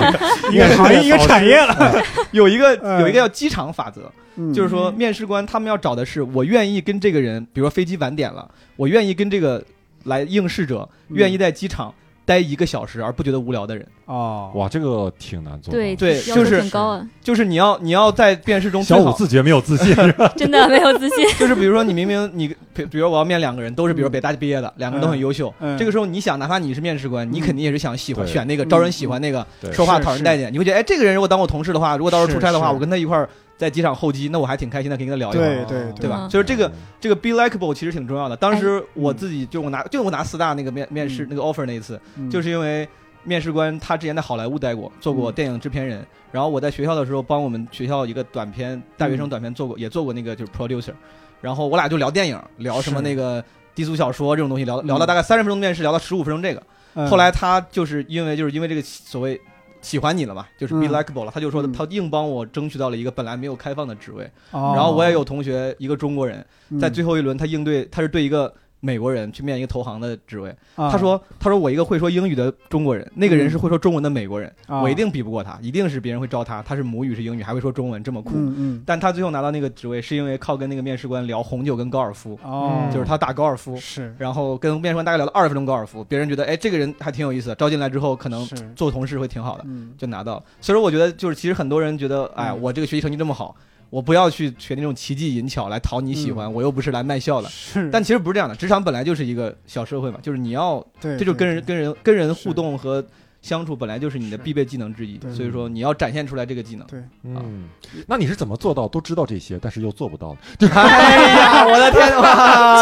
一个行业一个产业了， 有一个嗯有一个叫机场法则，就是说，嗯面试官他们要找的是我愿意跟这个人，比如说飞机晚点了，我愿意跟这个来应试者，嗯愿意在机场待一个小时而不觉得无聊的人。哦，哇，这个挺难做到的。对对要就求是挺高啊，就是你要你要在电视中小最好五自觉没有自信，是吧真的没有自信。就是比如说你明明你比比如我要面两个人都是比如北大毕业的，两个人都很优秀，嗯这个时候你想哪怕你是面试官，你肯定也是想喜欢对选那个招人喜欢那个，对说话是讨人嗯是待见。你会觉得哎，这个人如果当我同事的话，如果到时候出差的话，是是我跟他一块儿在机场候机，那我还挺开心的，跟他聊一会儿。对对对吧？嗯 就是这个嗯这个 be likable 其实挺重要的。当时我自己就我拿就我拿四大那个面面试嗯那个 offer 那一次，嗯就是因为面试官他之前在好莱坞待过，做过嗯电影制片人。然后我在学校的时候帮我们学校一个短片大嗯学生短片做过，也做过那个就是 producer。然后我俩就聊电影，聊什么是那个低俗小说这种东西，聊嗯聊到大概三十分钟的面试，聊到十五分钟这个。嗯后来他就是因为就是因为这个所谓喜欢你了嘛，就是 be 嗯 likable 了，他就说嗯他硬帮我争取到了一个本来没有开放的职位。哦然后我也有同学，一个中国人，在嗯最后一轮他应对他是对一个美国人去面一个投行的职位，啊嗯他说他说我一个会说英语的中国人，那个人是会说中文的美国人，啊我一定比不过他，一定是别人会招他，他是母语是英语，还会说中文，这么酷。嗯但他最后拿到那个职位，是因为靠跟那个面试官聊红酒跟高尔夫嗯，哦就是他打高尔夫，是然后跟面试官大概聊了二十分钟高尔夫，别人觉得哎这个人还挺有意思的，招进来之后可能是做同事会挺好的，嗯就拿到了。所以说我觉得就是其实很多人觉得哎嗯我这个学习成绩这么好，我不要去学那种奇技淫巧来讨你喜欢，我又不是来卖笑的。嗯是，但其实不是这样的，职场本来就是一个小社会嘛，就是你要对这就跟人对跟人跟人嗯是互动和相处本来就是你的是必备技能之一对，所以说你要展现出来这个技能。对嗯，那你是怎么做到都知道这些，但是又做不到的？ 哎呀，我的天 呐！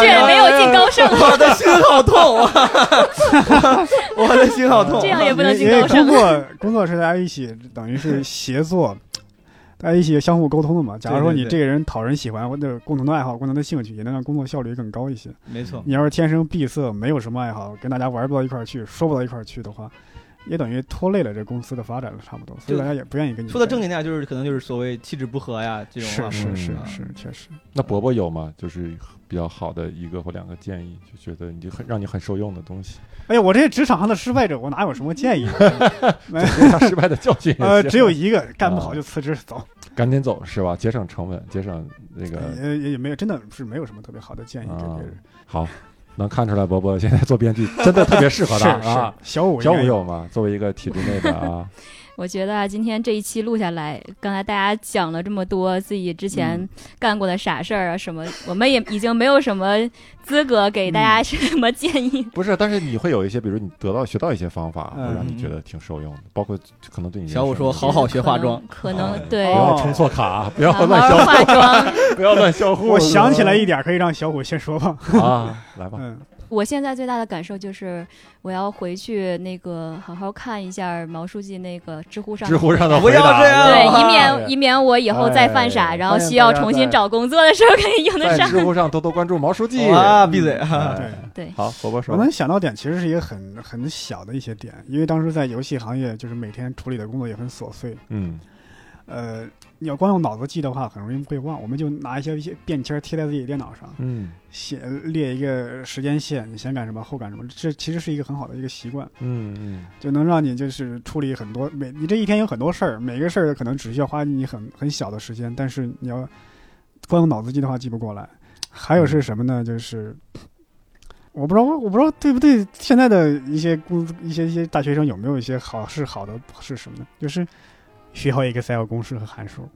这也没有进高盛， 我的心好痛啊！ 我的心好痛。啊这样也不能进因为高盛工作工作是大家一起，等于是协作，大家一起相互沟通的嘛。假如说对对你对这个人讨人喜欢，或者共同的爱好、共同的兴趣，也能让工作效率更高一些。 没错，你要是天生闭塞，没有什么爱好，跟大家玩不到一块儿去，说不到一块儿去的话，也等于拖累了这公司的发展了，差不多。所就以大家也不愿意跟你说的在正经点，就是可能就是所谓气质不合呀这种话啊是嘛。是是嗯是，确实。那伯伯有吗？就是比较好的一个或两个建议，就觉得你就很让你很受用的东西， 哎呀，我这职场上的失败者，我哪有什么建议？留下失败的教训也行。啊呃，只有一个，干不好就辞职走。赶紧走是吧？节省成本，节省那个呃，也也没有，真的是没有什么特别好的建议给别人。好，能看出来伯伯现在做编剧真的特别适合他是是啊。，小五小应五该有吗？作为一个体制内的啊，我觉得啊，今天这一期录下来，刚才大家讲了这么多自己之前干过的傻事儿啊，什么，我们也已经没有什么资格给大家什么建议。不是，但是你会有一些，比如你得到学到一些方法，嗯会让你觉得挺受用的，包括可能对你人小五生的说好好学化妆可能，可哦能对，不哦要充错卡，不 要好乱好销，化妆。不呃要乱销户。我想起来一点，可以让小虎先 说吧。啊，来吧，嗯，我现在最大的感受就是，我要回去那个好好看一下毛书记那个知乎上知乎上的不回要答这样对，以哎免以免我以后再犯傻，哎然后发现需要大家重新在找工作的时候可以用得在上。知乎上多多关注毛书记。啊，闭嘴！哎对。对，好，伯伯说我，能想到点其实是一个很很小的一些点，因为当时在游戏行业，就是每天处理的工作也很琐碎。嗯，呃，你要光用脑子记的话，很容易会忘。我们就拿一些一些便签贴在自己电脑上，嗯写列一个时间线，你先干什么，后干什么。这其实是一个很好的一个习惯，嗯嗯，就能让你就是处理很多每你这一天有很多事儿，每个事儿可能只需要花你很很小的时间，但是你要光用脑子记的话记不过来。还有是什么呢？就是我不知道我不知道对不对，现在的一些工一些一些大学生有没有一些好是好的是什么呢？就是学好 Excel 公式和函数。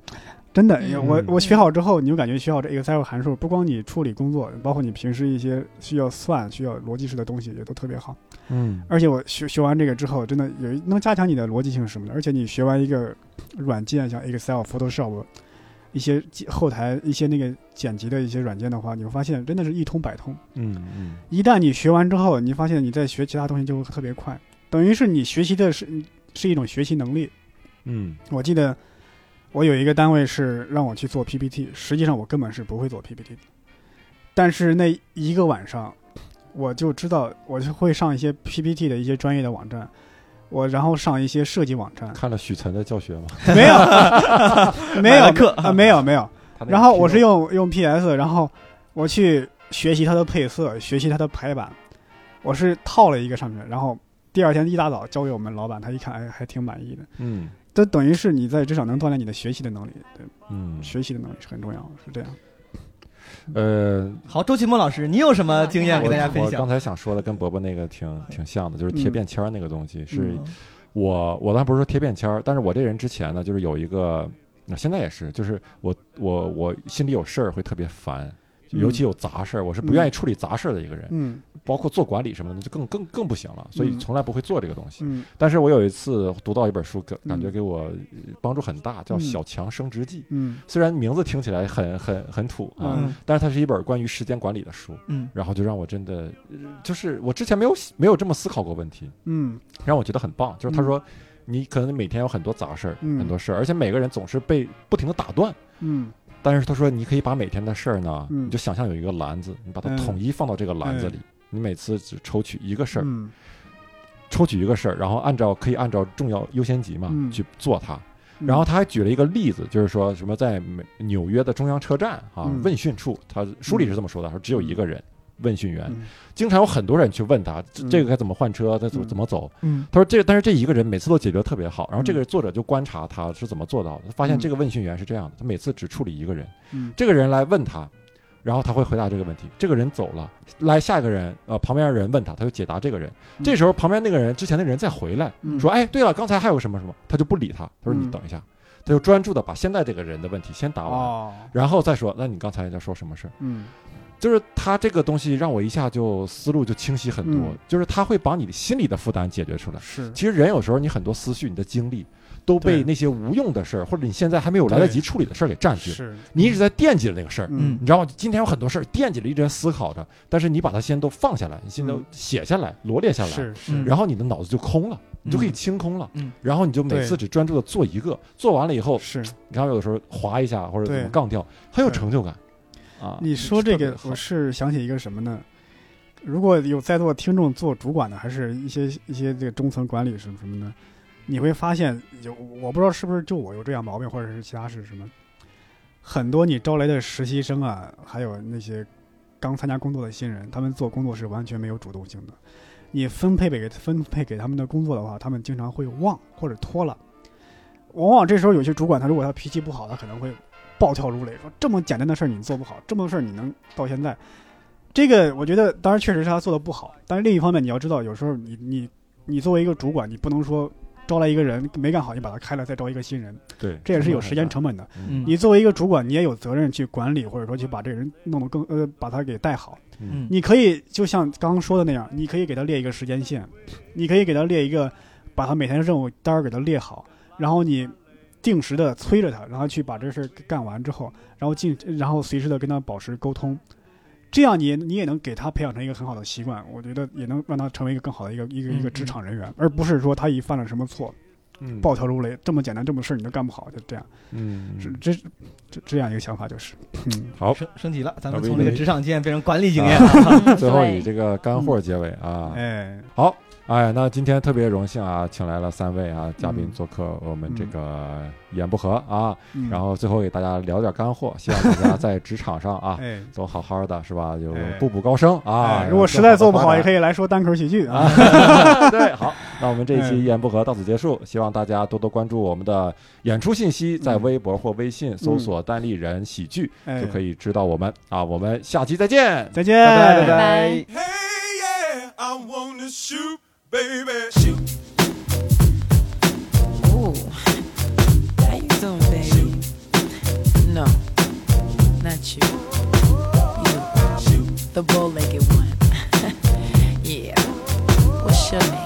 真的，嗯我我学好之后，你就感觉学好这 Excel 函数，不光你处理工作，包括你平时一些需要算、需要逻辑式的东西，也都特别好。嗯而且我学学完这个之后，真的有一能加强你的逻辑性什么的。而且你学完一个软件，像 Excel、Photoshop，一些技后台一些那个剪辑的一些软件的话，你会发现真的是一通百通。嗯嗯，一旦你学完之后，你发现你在学其他东西就会特别快，等于是你学习的是是一种学习能力。嗯，我记得我有一个单位是让我去做 PPT，实际上我根本是不会做 PPT 的，但是那一个晚上，我就知道我就会上一些 PPT 的一些专业的网站，我然后上一些设计网 站，看了许岑的教学吗？没有，没买了有课啊，没有没有。他那个然后我是 Keynote 用用 PS，然后我去学习它的配色，学习它的排版，我是套了一个上面，然后第二天一大早交给我们老板，他一看，哎，还挺满意的。嗯这等于是你在职场能锻炼你的学习的能力，对，嗯，学习的能力是很重要，是这样。呃，好，周奇墨老师，你有什么经验我 给大家分我刚享？才想说的跟伯伯那个挺挺像的，就是贴嗯便签儿那个东西，是嗯我我当然不是说贴便签儿，但是我这人之前呢，就是有一个，那现在也是，就是我我我心里有事儿会特别烦。嗯尤其有杂事儿，我是不嗯愿意处理杂事儿的一个人，嗯包括做管理什么的，就更更更不行了，所以嗯从来不会做这个东西。嗯但是我有一次读到一本书，感嗯感觉给我帮助很大，叫《嗯小强升职记》。嗯虽然名字听起来很很很土啊，嗯但是它是一本关于时间管理的书，嗯然后就让我真的，呃就是我之前没有没有这么思考过问题，嗯让我觉得很棒。就是他说，你可能每天有很多杂事儿，嗯很多事儿，而且每个人总是被不停的打断。嗯但是他说，你可以把每天的事儿呢，嗯你就想象有一个篮子，你把它嗯哎统一放到这个篮子里，你每次只抽取一个事儿，嗯抽取一个事儿，然后按照可以按照重要优先级嘛、嗯去做它。嗯然后他还举了一个例子，就是说什么在美纽约的中央车站啊、嗯问讯处，他书里是这么说的，他说只有一个人。问讯员嗯经常有很多人去问他，这嗯这个该怎么换车，他怎么嗯怎么走？嗯他说这，但是这一个人每次都解决得特别好。然后这嗯个作者就观察他是怎么做到的，发现嗯这个问讯员是这样的，他每次只处理一个人，嗯这个人来问他，然后他会回答这个问题。这个人走了，来下一个人，呃，旁边的人问他，他就解答这个人。嗯这时候旁边那个人之前的人再回来嗯说，哎，对了，刚才还有个什么什么，他就不理他，他说嗯你等一下，他就专注的把现在这个人的问题先答完，哦然后再说，那你刚才在说什么事儿？嗯就是他这个东西让我一下就思路就清晰很多嗯，就是他会把你的心里的负担解决出来。是其实人有时候你很多思绪、你的精力都被对那些无用的事儿，或者你现在还没有来得及对处理的事儿给占据了。是你一直在惦记着那个事儿，嗯你知道吗？今天有很多事儿惦记着，一直在思考着，但是你把它先都放下来，你先都嗯写下来、罗列下来，是嗯是然后你的脑子就空了，你就可以嗯清空了嗯。然后你就每次只专注的做一个，做完了以后，是你看有的时候划一下或者怎么对杠掉，很有对成就感啊。你说这特别个，好我是想起一个什么呢？如果有在座听众做主管的，还是一些一些这个中层管理什么什么的，你会发现有，我不知道是不是就我有这样毛病，或者是其他是什么，很多你招来的实习生啊，还有那些刚参加工作的新人，他们做工作是完全没有主动性的。你分配给分配给他们的工作的话，他们经常会忘或者拖了。往往这时候有些主管，他如果他脾气不好，他可能会暴跳如雷，说这么简单的事儿你做不好，这么事儿你能到现在，这个我觉得当然确实是他做的不好，但是另一方面你要知道，有时候你你你作为一个主管，你不能说招来一个人没干好，你把他开了再招一个新人，对，这也是有时间成本的。嗯。你作为一个主管，你也有责任去管理，或者说去把这个人弄得更呃，把他给带好。嗯你可以就像刚刚说的那样，你可以给他列一个时间线，你可以给他列一个，把他每天的任务单儿给他列好，然后你定时的催着他，然后去把这事儿干完之后，然后进，然后随时的跟他保持沟通，这样你你也能给他培养成一个很好的习惯，我觉得也能让他成为一个更好的一个一个一个嗯职场人员，而不是说他一犯了什么错，嗯暴跳如雷，这么简单这么事儿你都干不好，就这样。嗯是这这这样一个想法就是，嗯好，升升级了，咱们老啊魏从这个你职场经验变成管理经验了。嗯最后以对，这个干货结尾啊。哎，好，哎，那今天特别荣幸啊，请来了三位啊嘉宾嗯做客我们这个一言不合啊，嗯然后最后给大家聊点干货，希望大家在职场上 啊哎都好好的，是吧？有哎步步高升啊。哎如果实在做不好，也可以。以来说单口喜剧啊啊， 对，好，那我们这一期一言不合到此结束，希望大家多多关注我们的演出信息，在嗯微博或微信搜索“单立人喜剧”哎就可以知道我们啊。我们下期再见。再见，拜拜拜拜拜。 Hey, yeah, I wanna shoot, baby, shoot. Ooh. How you doing, baby? No, not you. You, the bow-legged one. yeah. What's your name?